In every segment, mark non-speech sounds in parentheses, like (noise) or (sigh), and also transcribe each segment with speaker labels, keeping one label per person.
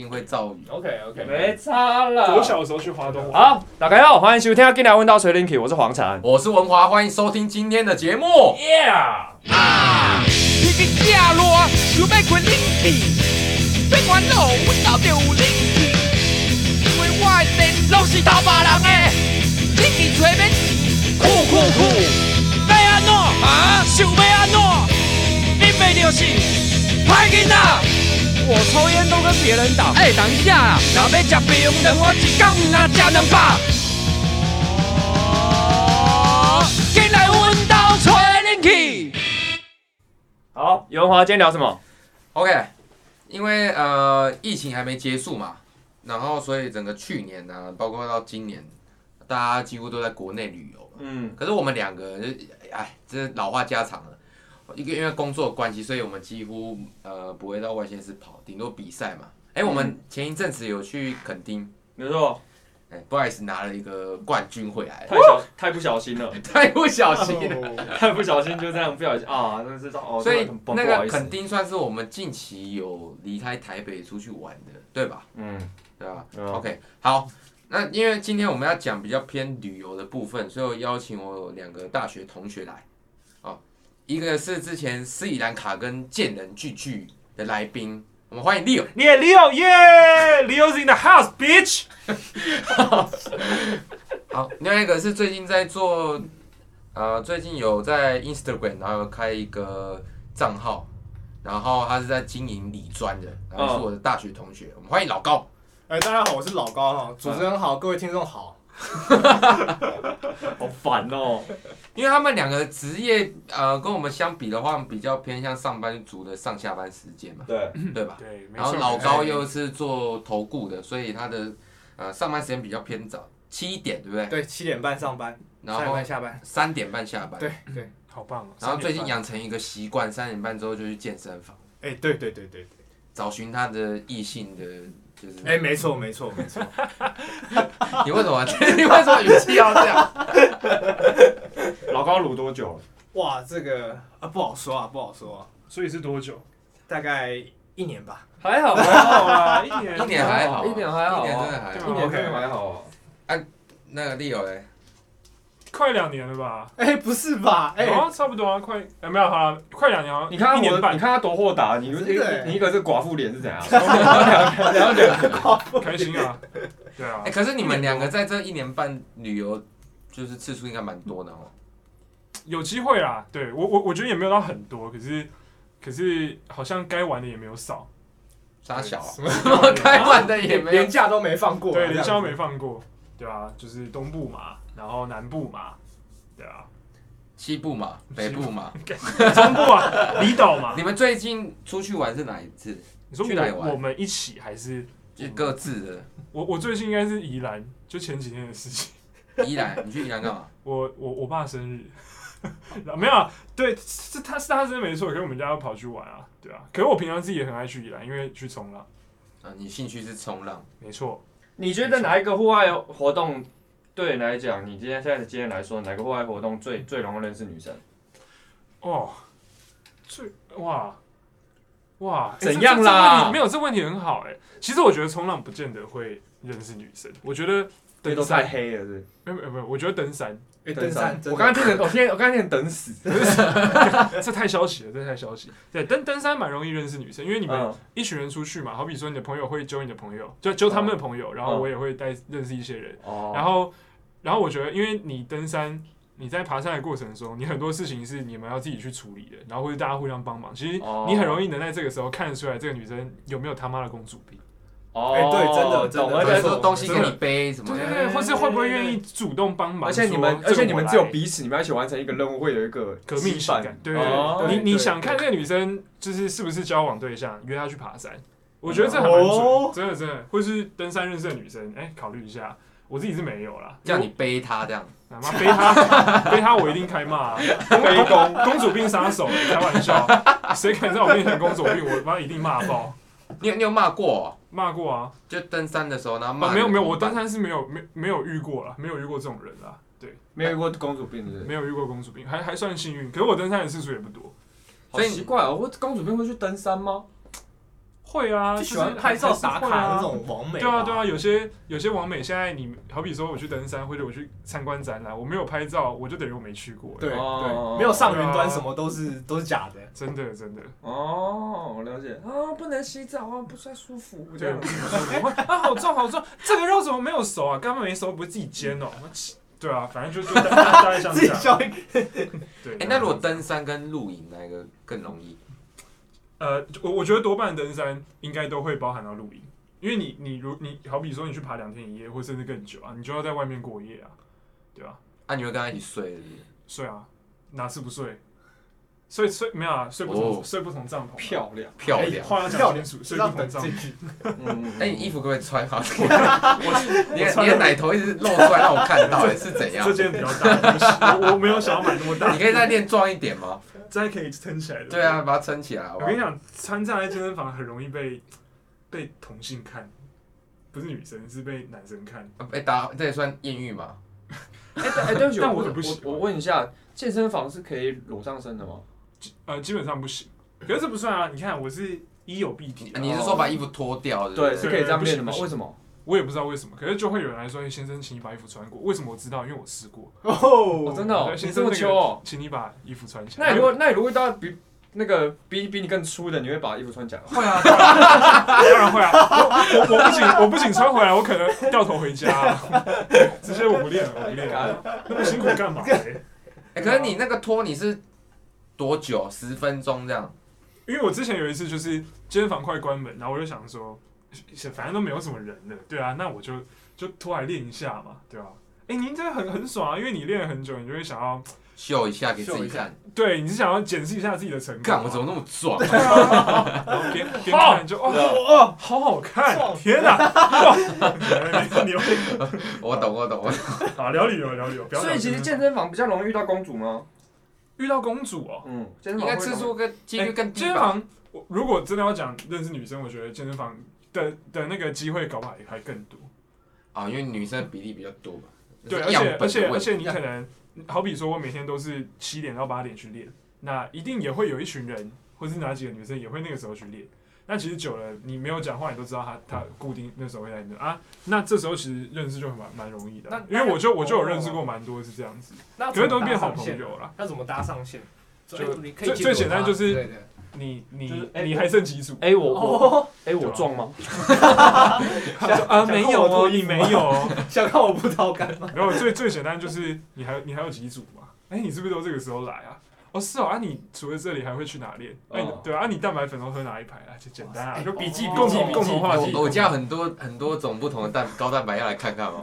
Speaker 1: 定会造雨。
Speaker 2: OK OK，
Speaker 3: 没差了。
Speaker 4: 我小的时候去华东玩，
Speaker 3: 好，大家好，欢迎收听《今天问到水灵 k 我是黄婵。
Speaker 1: 我是文华，欢迎收听今天的节目。
Speaker 3: Yeah，
Speaker 5: 天气正热，想要开冷气，别烦恼，阮家就有冷气。因为我的电拢是偷别人的，冷气吹免钱，酷酷酷！要安怎啊？想要安怎？你袂就是歹囡仔。
Speaker 3: 我抽烟都跟别人打。
Speaker 5: 哎、等一下啦，若要食冰糖，我一工若食两百。哦，进来阮家吹冷气。
Speaker 3: 好，尤文华今天聊什么？
Speaker 1: OK，因为呃疫情还没结束嘛，然后所以整个去年呢、包括到今年，大家几乎都在国内旅游。
Speaker 4: 嗯，
Speaker 1: 可是我们两个人就，哎，这老话家常了。一个因为工作的关系，所以我们几乎呃不会到外县市跑，顶多比赛嘛。哎、我们前一阵子有去垦丁，
Speaker 3: 没错，
Speaker 1: 哎、不好意思拿了一个冠军回来
Speaker 3: 太，小太不小心了，
Speaker 1: (laughs)
Speaker 3: (laughs)
Speaker 1: 太不小心了。
Speaker 4: 哦
Speaker 3: 太不小心就这样不小心啊，真的是哦，
Speaker 1: 所以
Speaker 3: 真的很不
Speaker 1: 那
Speaker 3: 不好
Speaker 1: 个
Speaker 3: 意
Speaker 1: 垦
Speaker 3: 思。
Speaker 1: 丁算是我们近期有离开台北出去玩的，对吧？
Speaker 3: 嗯，
Speaker 1: 对吧、
Speaker 3: 嗯
Speaker 1: o k 好，那因为今天我们要讲比较偏旅游的部分，所以我邀请我两个大学同学来，哦，一个是之前斯里兰卡跟贱人聚聚的来宾，我们欢迎 Leo，
Speaker 4: 你也 Leo 耶，Leo's in the house bitch。
Speaker 1: 好，另外一个是最近在做，呃，最近有在 Instagram 然后有开一个账号，然后他是在经营理专的，然后是我的大学同学，我们欢迎老高。
Speaker 6: 哎，大家好，我是老高哈，主持人好，各位听众好。
Speaker 3: (laughs) 好烦哦。
Speaker 1: 因为他们两个职业，呃，跟我们相比的话，比较偏向上班族的上下班时间嘛，
Speaker 3: 对，
Speaker 1: 对吧？
Speaker 4: 对，没
Speaker 1: 然后
Speaker 4: 错。
Speaker 1: 老高又是做投顾的，所以他的呃上班时间比较偏早，七点对不对？
Speaker 6: 对，七点半上班，
Speaker 1: 然
Speaker 6: 三点
Speaker 1: 后
Speaker 6: 半下班。
Speaker 1: 三点半下班。
Speaker 6: 对。对，
Speaker 4: 好棒哦。
Speaker 1: 然后最近
Speaker 4: 养
Speaker 1: 养成一个习惯，三点半之后就去健身房，
Speaker 6: 哎，对对对对对，
Speaker 1: 找寻他的异性的，就是。
Speaker 6: 哎，没错没错没错。
Speaker 1: 你为什么？ (laughs) 你为什么语气要这样？
Speaker 3: 老高卤多久了？
Speaker 6: (laughs) 哇，这个啊不好说啊，不好说啊，
Speaker 4: 所以是多久？
Speaker 6: 大概一年吧。
Speaker 3: 还好，还好啊，一
Speaker 1: (laughs)
Speaker 3: 年
Speaker 1: 一年还好，
Speaker 3: 一年还好，
Speaker 1: 一年真的还
Speaker 4: 对
Speaker 1: 好
Speaker 4: 啊。
Speaker 3: 一年真的还好啊。
Speaker 1: 那个 Leo 嘞，
Speaker 4: 快两年了吧？
Speaker 6: 哎，不是吧？哎，
Speaker 4: 哦，差不多啊，快哎没有好了，快两年啊，
Speaker 3: 你看
Speaker 4: 一
Speaker 3: 我，
Speaker 4: 年
Speaker 3: 你看
Speaker 4: 半，
Speaker 3: 他多豁达，你
Speaker 6: 真的欸
Speaker 3: 你一个是寡妇脸是怎样？然后两个
Speaker 4: (laughs) 开心啊。对啊
Speaker 1: 哎、，可是你们两个在这一年半旅游，就是次数应该蛮多的哦。
Speaker 4: 有机会啦。对我我我觉得也没有到很多，可是可是好像该玩的也没
Speaker 3: (laughs)
Speaker 4: 有少，
Speaker 1: 傻小、啊，
Speaker 6: 什么
Speaker 1: 开玩的也没有
Speaker 6: 连。假都没放过啊，
Speaker 4: 对，连
Speaker 6: 这样
Speaker 4: 宵
Speaker 6: 子
Speaker 4: 没放过。对啊，就是东部嘛，然后南部嘛，
Speaker 3: (laughs)
Speaker 4: 对啊，
Speaker 1: 西部 (laughs) 嘛，北部嘛，
Speaker 4: 中部啊，离岛嘛。
Speaker 1: 你们最近出去玩是哪一次？
Speaker 4: 你说
Speaker 1: (laughs) 去哪里
Speaker 4: 我
Speaker 1: 玩
Speaker 4: 我们一起还是
Speaker 1: 就各自
Speaker 4: 我？我最近应该是宜兰，就前几天的事情。
Speaker 1: 的。宜兰，你去宜兰干嘛？
Speaker 4: 我我我爸生日， (laughs) 没有啊，对，是他是他生日没错，可是我们家要跑去玩啊，对啊。可是我平常自己也很爱去宜兰，因为去冲浪，
Speaker 1: 啊，你兴趣是冲浪，
Speaker 4: 没错。
Speaker 3: 你觉得哪一个户外活动对你来讲，你今天现在今天来说，哪个户外活动最最容易认识女生？
Speaker 4: 哦，最哇哇，诶
Speaker 3: 怎样啦
Speaker 4: 这这这问题没有，这问题很好哎、其实我觉得冲浪不见得会认识女生，我觉得
Speaker 3: 这都
Speaker 4: 登
Speaker 3: 太
Speaker 4: 山，
Speaker 3: 黑了，是
Speaker 4: 没有没有没有，我觉得登山
Speaker 6: 哎登山，
Speaker 3: 我刚刚
Speaker 6: 真
Speaker 3: 听成，我听我刚刚听等死。
Speaker 4: 这太消极了，这太消极。对，登登山蛮容易认识女生，因为你们
Speaker 3: 嗯，
Speaker 4: 一群人出去嘛，好比说你的朋友会揪你的朋友，就揪他
Speaker 3: 嗯
Speaker 4: 们的朋友，然后我也会带认识一些人，
Speaker 3: 哦，
Speaker 4: 然后然后我觉得，因为你登山，你在爬山的过程中，你很多事情是你们要自己去处理的，然后或者大家互相帮忙，其实
Speaker 3: 哦
Speaker 4: 你很容易能在这个时候看得出来这个女生有没有他妈的公主病，
Speaker 3: 哦，
Speaker 6: 哎对真的真的
Speaker 3: 懂
Speaker 1: 或
Speaker 3: 而
Speaker 1: 者
Speaker 3: 且
Speaker 6: 对
Speaker 1: 说
Speaker 6: 对
Speaker 1: 东西给
Speaker 4: 真
Speaker 1: 你
Speaker 4: 的
Speaker 1: 背什么
Speaker 4: 对对
Speaker 1: 的。
Speaker 4: 对，或是会不会愿意主动帮忙
Speaker 3: 而
Speaker 4: 说
Speaker 3: 且你
Speaker 4: 这个我来？
Speaker 3: 们，而且你们只有彼此，你们要一起完成一个任务，会有一个
Speaker 4: 革命
Speaker 3: 羁绊
Speaker 4: 情感，对
Speaker 3: 哦
Speaker 4: 对
Speaker 6: 对
Speaker 4: 对，你你
Speaker 6: 对
Speaker 4: 想看这个女生就是是不是交往对象，约她去爬山，我觉得
Speaker 3: 嗯
Speaker 4: 这还蛮
Speaker 6: 哦
Speaker 4: 准，真的真的，或是登山认识的女生，哎，考虑一下。我自己是没有啦，
Speaker 1: 叫你背他这样，
Speaker 4: 哪妈背她 (laughs) 背她，我一定开骂、啊，背公公主病杀手，开玩笑，谁敢在我面前公主病，我妈一定骂爆，
Speaker 1: 你有你有骂过、
Speaker 4: 骂过啊，
Speaker 1: 哦？就登山的时候，然后骂、
Speaker 4: 啊没有没有，我登，山是没有没没有遇过啦，没有遇过这种人啦，对，
Speaker 3: 没有遇过公主病的人，
Speaker 4: 没有遇过公主病，还还算幸运，可是我登山的次数也不多，
Speaker 3: 好奇怪哦，我公主病会去登山吗？
Speaker 4: 会啊，
Speaker 6: 就是 (laughs) 喜欢拍照打
Speaker 4: 会
Speaker 6: 卡那
Speaker 4: 啊。
Speaker 6: 种网美。
Speaker 4: 对啊，对啊，，有些有些网美现在你好比说我去登山或者我去参观展览，我没有拍照，我就等于我没去过。
Speaker 6: 对
Speaker 3: 哦
Speaker 6: 没有上云端什么都是都是假的。
Speaker 4: 真的真的，
Speaker 3: 哦，我了解啊，不能洗澡啊，不算舒服这
Speaker 4: 对
Speaker 3: 样
Speaker 4: 不。 (laughs) 啊，好重好重，这个肉怎么没有熟啊？干嘛没熟？不是自己煎 (laughs) 哦？对啊，反正就就大大概像
Speaker 6: 自
Speaker 4: 这
Speaker 6: 己
Speaker 4: 样。
Speaker 6: 笑一个，
Speaker 4: 对，
Speaker 1: 哎、那如果登山跟露营哪一个更容易？
Speaker 4: 呃，我我觉得多半登山应该都会包含到露营，因为你你如你好比说你去爬两天一夜，或甚至更久啊，你就要在外面过夜啊，对吧、
Speaker 1: 啊，你会跟他一起睡是不是
Speaker 4: 睡啊，哪次不睡？睡睡没有啊，睡不同、
Speaker 1: 哦
Speaker 4: 睡不同帐篷啊、
Speaker 3: 漂亮，
Speaker 1: 漂亮。
Speaker 4: 话要讲清楚，睡不
Speaker 6: 让
Speaker 4: 同
Speaker 6: 等
Speaker 4: 帐
Speaker 6: 这
Speaker 4: 篷。
Speaker 6: 句，
Speaker 3: 嗯，
Speaker 1: 哎、你衣
Speaker 3: 服
Speaker 1: 服可不可以穿
Speaker 4: (laughs)
Speaker 1: 好？你的
Speaker 4: 我穿
Speaker 1: 你的
Speaker 4: 了
Speaker 1: 奶头一直露出来让我看到、哎，是怎样
Speaker 4: (laughs) 这？件比较大，我我没有想要买那么大
Speaker 1: 你，可以再练壮一点
Speaker 4: (laughs)
Speaker 1: 吗？
Speaker 4: 再可以撑起来的。
Speaker 1: 对啊，，把它撑起来好不
Speaker 4: 我
Speaker 1: 好
Speaker 4: 跟你讲，穿这样在健身房很容易被被同性看，不是女生，是被男生看。
Speaker 1: 啊被打，这也算艳遇嘛？
Speaker 3: 哎，但哎，对不起，
Speaker 4: 但
Speaker 3: 我
Speaker 4: 我很不喜欢
Speaker 3: 我我问一下，健身房是可以裸上身的吗？
Speaker 4: 呃，基本上不行。可是这不算啊！你看，我是衣有必
Speaker 1: 你
Speaker 4: 体、
Speaker 1: 啊
Speaker 4: 啊，
Speaker 1: 你是说把衣服脱掉？
Speaker 3: 对，
Speaker 1: 不
Speaker 3: 是
Speaker 1: 对
Speaker 3: 可以这样练的吗
Speaker 4: 不？行
Speaker 3: 为什么？
Speaker 4: 我也不知道为什么，可是就会有人来说：“哎、先生，请你把衣服穿过。”为什么我知道？因为我试过。
Speaker 3: 哦，
Speaker 6: 哦，
Speaker 3: 真的哦，
Speaker 4: 对
Speaker 3: 你
Speaker 4: 先
Speaker 3: 这
Speaker 4: 生
Speaker 3: 么
Speaker 4: 那
Speaker 3: 秋
Speaker 4: 个，
Speaker 3: 哦。
Speaker 4: 请你把衣服穿起来。
Speaker 3: 那你如果那你如果遇到比那个比比你更粗的，你会把衣服穿假吗？
Speaker 1: 会啊，对啊
Speaker 4: 当然会啊！我我我不仅我不仅穿回来，我可能掉头回家、啊。 (laughs) 直接我不练了，我不练了，那么辛苦干嘛、欸？
Speaker 1: 哎可是你那个脱你是多久？十分钟这样？
Speaker 4: 因为我之前有一次就是健身房快关门，然后我就想说，反正都没有什么人了，对啊，那我就就脱来练一下嘛，对啊。哎、您这很很爽啊，因为你练了很久，你就会想要，
Speaker 1: 秀一下给自
Speaker 6: 秀
Speaker 1: 己
Speaker 6: 一下
Speaker 1: 看，
Speaker 4: 对，你是想要检视一下自己的成果嘛。
Speaker 1: 干我怎么那么壮？
Speaker 4: 然后边边看就哇，
Speaker 6: 哦，
Speaker 4: 好好看，
Speaker 6: 爽
Speaker 4: 天哪！ (laughs) 哇你你会
Speaker 1: 我懂，我懂，我懂。
Speaker 4: 啊，聊旅游聊旅游，不要
Speaker 3: 所
Speaker 4: 聊
Speaker 3: 以其实
Speaker 4: 健身
Speaker 3: 健身房比较容易遇到公主吗？
Speaker 4: 遇到公主哦，
Speaker 3: 嗯，健身
Speaker 1: 应
Speaker 3: 房
Speaker 1: 该
Speaker 3: 会
Speaker 1: 次
Speaker 3: 容易
Speaker 1: 数
Speaker 4: 欸
Speaker 1: 跟几率更
Speaker 4: 健
Speaker 1: 低
Speaker 4: 身
Speaker 1: 吧？
Speaker 4: 房，我如果真的要讲认识女生，我觉得健身房的的那个机会搞不好也还更多。
Speaker 1: 啊，因为女生的比例比较多嘛。
Speaker 4: 对，
Speaker 1: 是
Speaker 4: 而
Speaker 1: 样
Speaker 4: 且
Speaker 1: 本的
Speaker 4: 而且而
Speaker 1: 问题
Speaker 4: 且你可能，好比说我每天都是七点到八点去练，那一定也会有一群人，或是哪几个女生也会那个时候去练。那其实久了，你没有讲话，你都知道她她固定那时候会来那啊。那这时候其实认识就蛮蛮容易的啊，
Speaker 6: 那哦
Speaker 4: 因为我就我就有认识过蛮多是这样子，
Speaker 6: 那
Speaker 4: 可是都变好朋友了。
Speaker 6: 要怎么搭上线？
Speaker 4: 就哎
Speaker 6: 所以你可以
Speaker 4: 最
Speaker 6: 记
Speaker 4: 最
Speaker 6: 住
Speaker 4: 简单
Speaker 6: 他
Speaker 4: 就是
Speaker 6: 之类的
Speaker 4: 你你、
Speaker 3: 就是哎
Speaker 4: 你
Speaker 3: 我
Speaker 4: 还剩几组？
Speaker 3: 哎我我
Speaker 4: (laughs)
Speaker 6: 哦，
Speaker 3: 哎我
Speaker 4: 对吧
Speaker 3: 壮吗？
Speaker 4: 他说啊没有
Speaker 6: 想看我
Speaker 4: 哦，
Speaker 6: 脱
Speaker 4: 你
Speaker 6: 衣服吗
Speaker 4: 没有哦。
Speaker 6: 想看我葡萄干吗？
Speaker 4: 然后最最简单就是你还有你还有几组嘛？哎、你是不是都这个时候来啊？哦，是哦，啊，你除了这里还会去哪练？哎、
Speaker 3: 哦
Speaker 4: 对啊，你蛋白粉都喝哪一排啊？就简单啊，就
Speaker 6: 哎笔记
Speaker 4: 共
Speaker 6: 笔记
Speaker 4: 同
Speaker 6: 笔
Speaker 4: 共
Speaker 6: 记
Speaker 4: 同话题。
Speaker 1: 我我家很多很多种不同的蛋高蛋白要来看看嘛。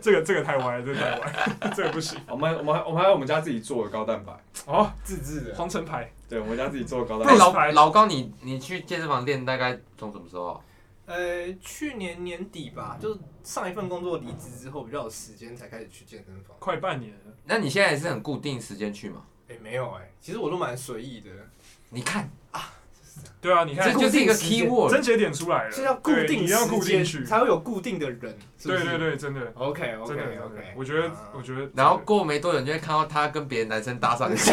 Speaker 4: 这个这个太歪了，这 (laughs) 个太歪，这个不行。
Speaker 3: 我们我们还我们还有我们家自己做的高蛋白，
Speaker 4: 哦，
Speaker 6: 自制的，
Speaker 4: 黄橙牌，
Speaker 3: 对，我们家自己做的高蛋
Speaker 1: 哎
Speaker 3: 白。
Speaker 1: 老
Speaker 4: Bruce
Speaker 1: 老高你，你去健身房练大概从什么时候啊？
Speaker 6: 呃，去年年底吧，就是上一份工作离职之后，比较有时间才开始去健身房。
Speaker 4: 快半年了。
Speaker 1: 那你现在也是很固定时间去吗？
Speaker 6: 哎、没有哎、其实我都蛮随意的，
Speaker 1: 你看，
Speaker 4: 对啊，你看
Speaker 1: 这，就是一个
Speaker 6: 固定时
Speaker 1: key
Speaker 6: 间
Speaker 1: word。
Speaker 4: 真节点出来了，
Speaker 6: 是要固
Speaker 4: 对
Speaker 6: 定
Speaker 4: 你要固
Speaker 6: 时
Speaker 4: 定
Speaker 6: 间
Speaker 4: 去。
Speaker 6: 才会有固定的人，是不
Speaker 4: 对
Speaker 6: 是？
Speaker 4: 对对，真的，
Speaker 6: ，OK
Speaker 4: 真的，真
Speaker 6: OK
Speaker 4: 的
Speaker 6: OK。
Speaker 4: 我觉得
Speaker 6: 啊，
Speaker 4: 我觉
Speaker 1: (laughs)
Speaker 4: 得，
Speaker 1: 然后过没多久，你就会看到他跟别的男生搭上
Speaker 6: (laughs)
Speaker 1: 线。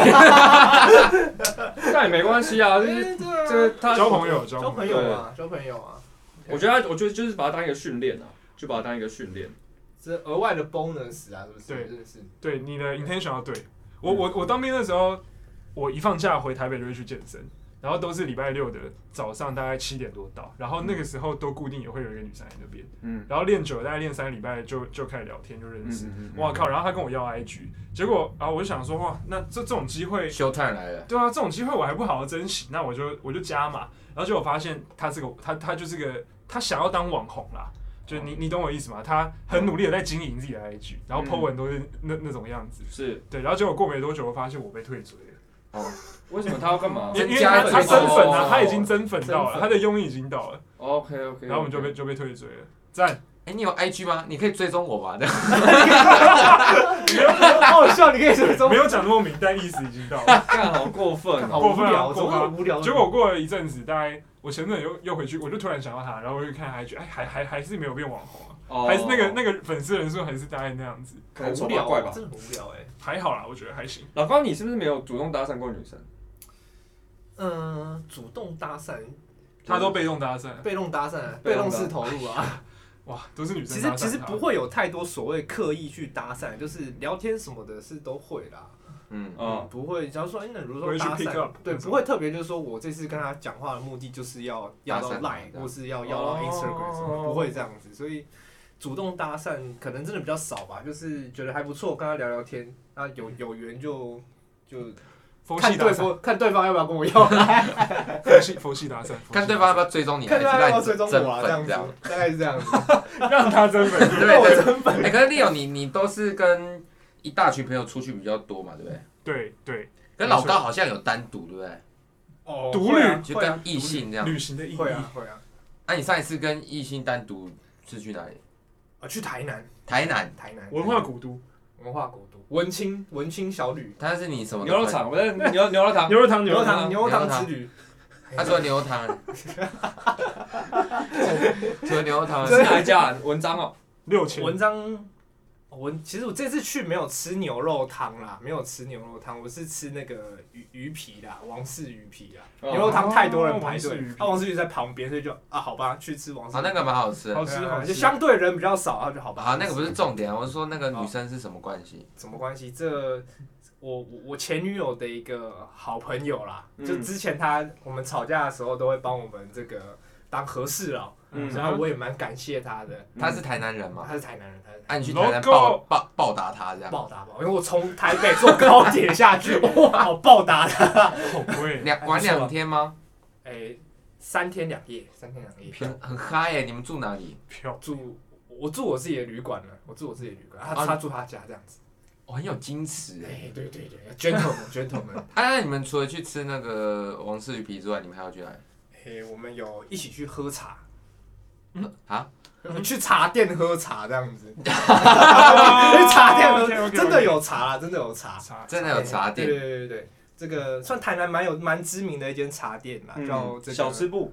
Speaker 3: 但也没关系啊，就
Speaker 6: 对
Speaker 3: 是 (laughs)
Speaker 6: 对对啊
Speaker 3: 这个他
Speaker 4: 交朋友，
Speaker 6: 交
Speaker 4: 交
Speaker 6: 朋
Speaker 4: 朋友，
Speaker 6: 友啊，交朋友啊，
Speaker 3: 我觉得他，我觉得就是把它当一个训练啊，就把它当一个训练。
Speaker 6: 这额外的 bonus 啊，是不是？
Speaker 4: 对
Speaker 6: 真的是。
Speaker 4: 对你的 intention 要
Speaker 3: 嗯
Speaker 4: 对。我我我当兵的时候，我一放假回台北就会去健身，然后都是礼拜六的早上，大概七点多到，然后那个时候都固定也会有一个女生来那边，
Speaker 3: 嗯
Speaker 4: 然后练久了，大概练三个礼拜就就开始聊天就认识，
Speaker 3: 嗯
Speaker 4: 哇靠！然后她跟我要 IG，结果啊我就想说哇，那这这种机会
Speaker 1: 修太来了，
Speaker 4: 对啊，这种机会我还不好好珍惜，那我就我就加嘛。然后结果发现他这个他他就是个他想要当网红啦，就是
Speaker 3: 哦
Speaker 4: 你你懂我意思吗？他很努力的在经营自己的 IG，然后
Speaker 3: 嗯
Speaker 4: po 文都是那那种样子。
Speaker 3: 是
Speaker 4: 对，然后结果过没多久，我发现我被退追了，
Speaker 3: 为什么他要干
Speaker 6: 哦
Speaker 3: 嘛
Speaker 4: 因为因为
Speaker 1: 增加
Speaker 4: 他他
Speaker 1: 粉丝
Speaker 4: 增粉啊
Speaker 3: 哦，
Speaker 4: 他已经增粉到
Speaker 6: 增
Speaker 4: 了，
Speaker 6: 粉
Speaker 4: 他的用意已经到了，
Speaker 3: ？OK OK，
Speaker 4: 然后我们就被就被退追了。赞，
Speaker 1: 哎，你有 IG 吗？你可以追踪我吧。
Speaker 6: (laughs) 好好笑，你可以说
Speaker 4: 没有讲那么明，但意思已经到
Speaker 6: (laughs)
Speaker 4: 了。
Speaker 3: 干好过
Speaker 4: (laughs)
Speaker 3: 分
Speaker 6: 好
Speaker 3: 哦。
Speaker 4: 过
Speaker 6: 无
Speaker 4: 分啊
Speaker 6: 聊，怎
Speaker 4: 过
Speaker 6: 么
Speaker 4: 分啊
Speaker 6: 那么无聊？
Speaker 4: 结果过了一阵子，大概我前阵子又又回去，我就突然想到他，然后我就看 IG，哎，还还还是没有变网红啊，
Speaker 3: 哦
Speaker 4: 还是那个啊那个粉丝人数还是大概那样子，
Speaker 3: 可
Speaker 6: 好
Speaker 3: 能
Speaker 6: 无
Speaker 3: 手
Speaker 6: 聊
Speaker 3: 法
Speaker 6: 哦，
Speaker 3: 怪吧。
Speaker 6: 真的很无聊哎。
Speaker 4: 还好啦，我觉得还行。
Speaker 3: 老高，你是不是没有主动搭讪过女生？
Speaker 6: 呃嗯，主动搭讪
Speaker 4: 他都被动搭讪，
Speaker 6: 被动搭讪啊，
Speaker 3: 被
Speaker 6: 被
Speaker 3: 动搭
Speaker 6: 动式投入 (laughs) 啊。
Speaker 4: 哇，都是女生
Speaker 6: 其
Speaker 4: 搭讪
Speaker 6: 实
Speaker 4: 他。
Speaker 6: 其实不会有太多所谓刻意去搭讪，就是聊天什么的是都会啦，
Speaker 1: 嗯，
Speaker 3: 嗯，
Speaker 6: 不会。假如说，哎，那比如
Speaker 4: 不
Speaker 6: 说
Speaker 4: 会去
Speaker 6: 搭
Speaker 4: pick
Speaker 6: 讪
Speaker 4: up，，
Speaker 6: 对，
Speaker 4: 那种
Speaker 6: 不会特别就是说我这次跟他讲话的目的就是要要到
Speaker 1: 搭讪他
Speaker 6: Line
Speaker 1: 这样
Speaker 6: 或是要要到 Instagram 什么，
Speaker 4: 哦
Speaker 6: 不会这样子。所以主动搭讪可能真的比较少吧，就是觉得还不错，跟他聊聊天，那有
Speaker 4: 嗯
Speaker 6: 有缘就就
Speaker 4: 佛
Speaker 6: 看
Speaker 4: 系搭
Speaker 6: 对
Speaker 4: 讪，
Speaker 6: 方看对方要不要跟
Speaker 4: (laughs)
Speaker 6: 我要来，
Speaker 4: 佛系佛系搭讪，
Speaker 1: 看对方要不
Speaker 4: 吧。
Speaker 1: 要追踪你，啊
Speaker 6: 看对方
Speaker 1: 还
Speaker 6: 要
Speaker 1: 是让
Speaker 6: 不要
Speaker 1: 你
Speaker 6: 追踪
Speaker 1: 增
Speaker 6: 我啊，这
Speaker 1: 粉
Speaker 6: 样子
Speaker 1: 这样。，
Speaker 6: 大概是这样子。
Speaker 4: 让他真粉。
Speaker 1: 对
Speaker 6: (laughs)
Speaker 1: 对对。哎，可是 Leo，你你都是跟一大群朋友出去比较多嘛，对不对？
Speaker 4: 对对，
Speaker 1: 跟老高好像有单独，对不对？
Speaker 6: 哦
Speaker 4: 独
Speaker 6: 会啊
Speaker 4: 旅
Speaker 1: 就
Speaker 6: 会啊
Speaker 1: 跟异性这样。
Speaker 4: 旅行的意义
Speaker 6: 会啊会啊，
Speaker 1: 那你上一次跟异性单独是去哪里？
Speaker 6: 啊去台南
Speaker 1: 台南，
Speaker 6: 台南
Speaker 4: 文化古都，
Speaker 6: 文化古都文青文青小旅
Speaker 1: 他是你什么的
Speaker 3: 牛肉
Speaker 1: 朋友？
Speaker 3: 肠，我
Speaker 4: (laughs)
Speaker 3: 在牛牛肉肠，
Speaker 4: 牛肉汤
Speaker 6: 牛
Speaker 4: 肉
Speaker 6: 肉
Speaker 4: 汤
Speaker 6: 汤牛
Speaker 1: 啊牛
Speaker 6: 肉
Speaker 1: 肉
Speaker 6: 汤
Speaker 1: 汤
Speaker 6: 之旅，
Speaker 1: 他除了牛肉汤，
Speaker 6: (laughs)
Speaker 1: 除了牛肉汤，
Speaker 3: 是哪一家啊？文章
Speaker 4: (laughs)
Speaker 3: 哦，
Speaker 4: 六千，
Speaker 6: 哎文章。我其实我这次去没有吃牛肉汤啦，没有吃牛肉汤，我是吃那个鱼鱼皮啦，王氏鱼皮啦。
Speaker 3: 哦
Speaker 6: 牛肉汤太多人排
Speaker 4: 王氏
Speaker 6: 队
Speaker 4: 鱼皮，
Speaker 6: 啊，王氏鱼在旁边，所以就啊，好吧，去吃王氏
Speaker 1: 啊，
Speaker 6: 鱼皮。
Speaker 1: 那个蛮好吃的。
Speaker 4: 好吃
Speaker 6: 对啊
Speaker 4: 好吃
Speaker 6: 就相对人比较少，啊，就好吧。
Speaker 1: 啊，那个不是重点啊，我是说那个女生是什么关系？
Speaker 6: 什么关系？这我我我前女友的一个好朋友啦，
Speaker 3: 嗯
Speaker 6: 就之前她我们吵架的时候都会帮我们这个当和事佬，
Speaker 3: 嗯
Speaker 6: 然后我也蛮感谢她的。
Speaker 1: 她是台南人嘛？
Speaker 6: 她是台南人，她是台
Speaker 1: 啊，你去台南
Speaker 4: Logo
Speaker 1: 暴暴暴打她这
Speaker 6: 南
Speaker 1: 样，
Speaker 6: 暴打吧，因为我从台北坐高铁下去， (laughs) 哇，我暴打她，
Speaker 4: 好贵，
Speaker 1: 两玩两天吗？
Speaker 6: 哎、三天两夜，三天两夜，
Speaker 1: 很很嗨耶！你们住哪里？
Speaker 4: 票
Speaker 6: 住我住我自己的旅馆了，我住我自己的旅馆，她
Speaker 1: 啊
Speaker 6: 她住她家这样子。
Speaker 1: 哦，很有矜持
Speaker 6: 哎、
Speaker 1: 哎。
Speaker 6: 对对对，gentleman，gentleman， (laughs)
Speaker 1: 啊，那你们除了去吃那个王氏鱼皮之外，你们还要去哪里？
Speaker 6: 哎、我们有一起去喝茶，嗯
Speaker 1: 啊，
Speaker 6: 我们去茶店喝茶这样子，去茶店喝，
Speaker 4: OK，OK，OK
Speaker 6: 真的有茶啦，真的有茶。
Speaker 4: 啥？
Speaker 1: 真的有茶店
Speaker 6: 对对对对对，这个算台南蛮有蛮知名的一间茶店
Speaker 4: 嗯
Speaker 6: 啦，叫这个
Speaker 3: 小吃部，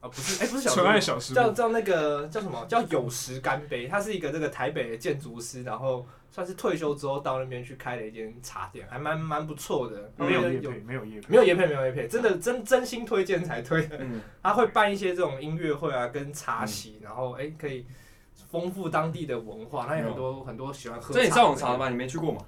Speaker 6: 啊，不是哎、不是小
Speaker 4: 纯爱
Speaker 6: 吃，
Speaker 4: 小吃部
Speaker 6: 叫叫那个叫什么叫有时干杯，他是一个这个台北的建筑师，然后算是退休之后到那边去开了一间茶店，还蛮蛮不错的，
Speaker 4: 没有业
Speaker 6: 有
Speaker 4: 配，没有业配，
Speaker 6: 没有叶片没有叶片，真的真真心推荐才推的。
Speaker 3: 嗯，
Speaker 6: 他会办一些这种音乐会啊，跟茶席，然后哎、可以丰富当地的文化。那有很多、很多喜欢喝茶
Speaker 3: 这
Speaker 6: 的人。
Speaker 3: 你上网查的吗？你没去过吗？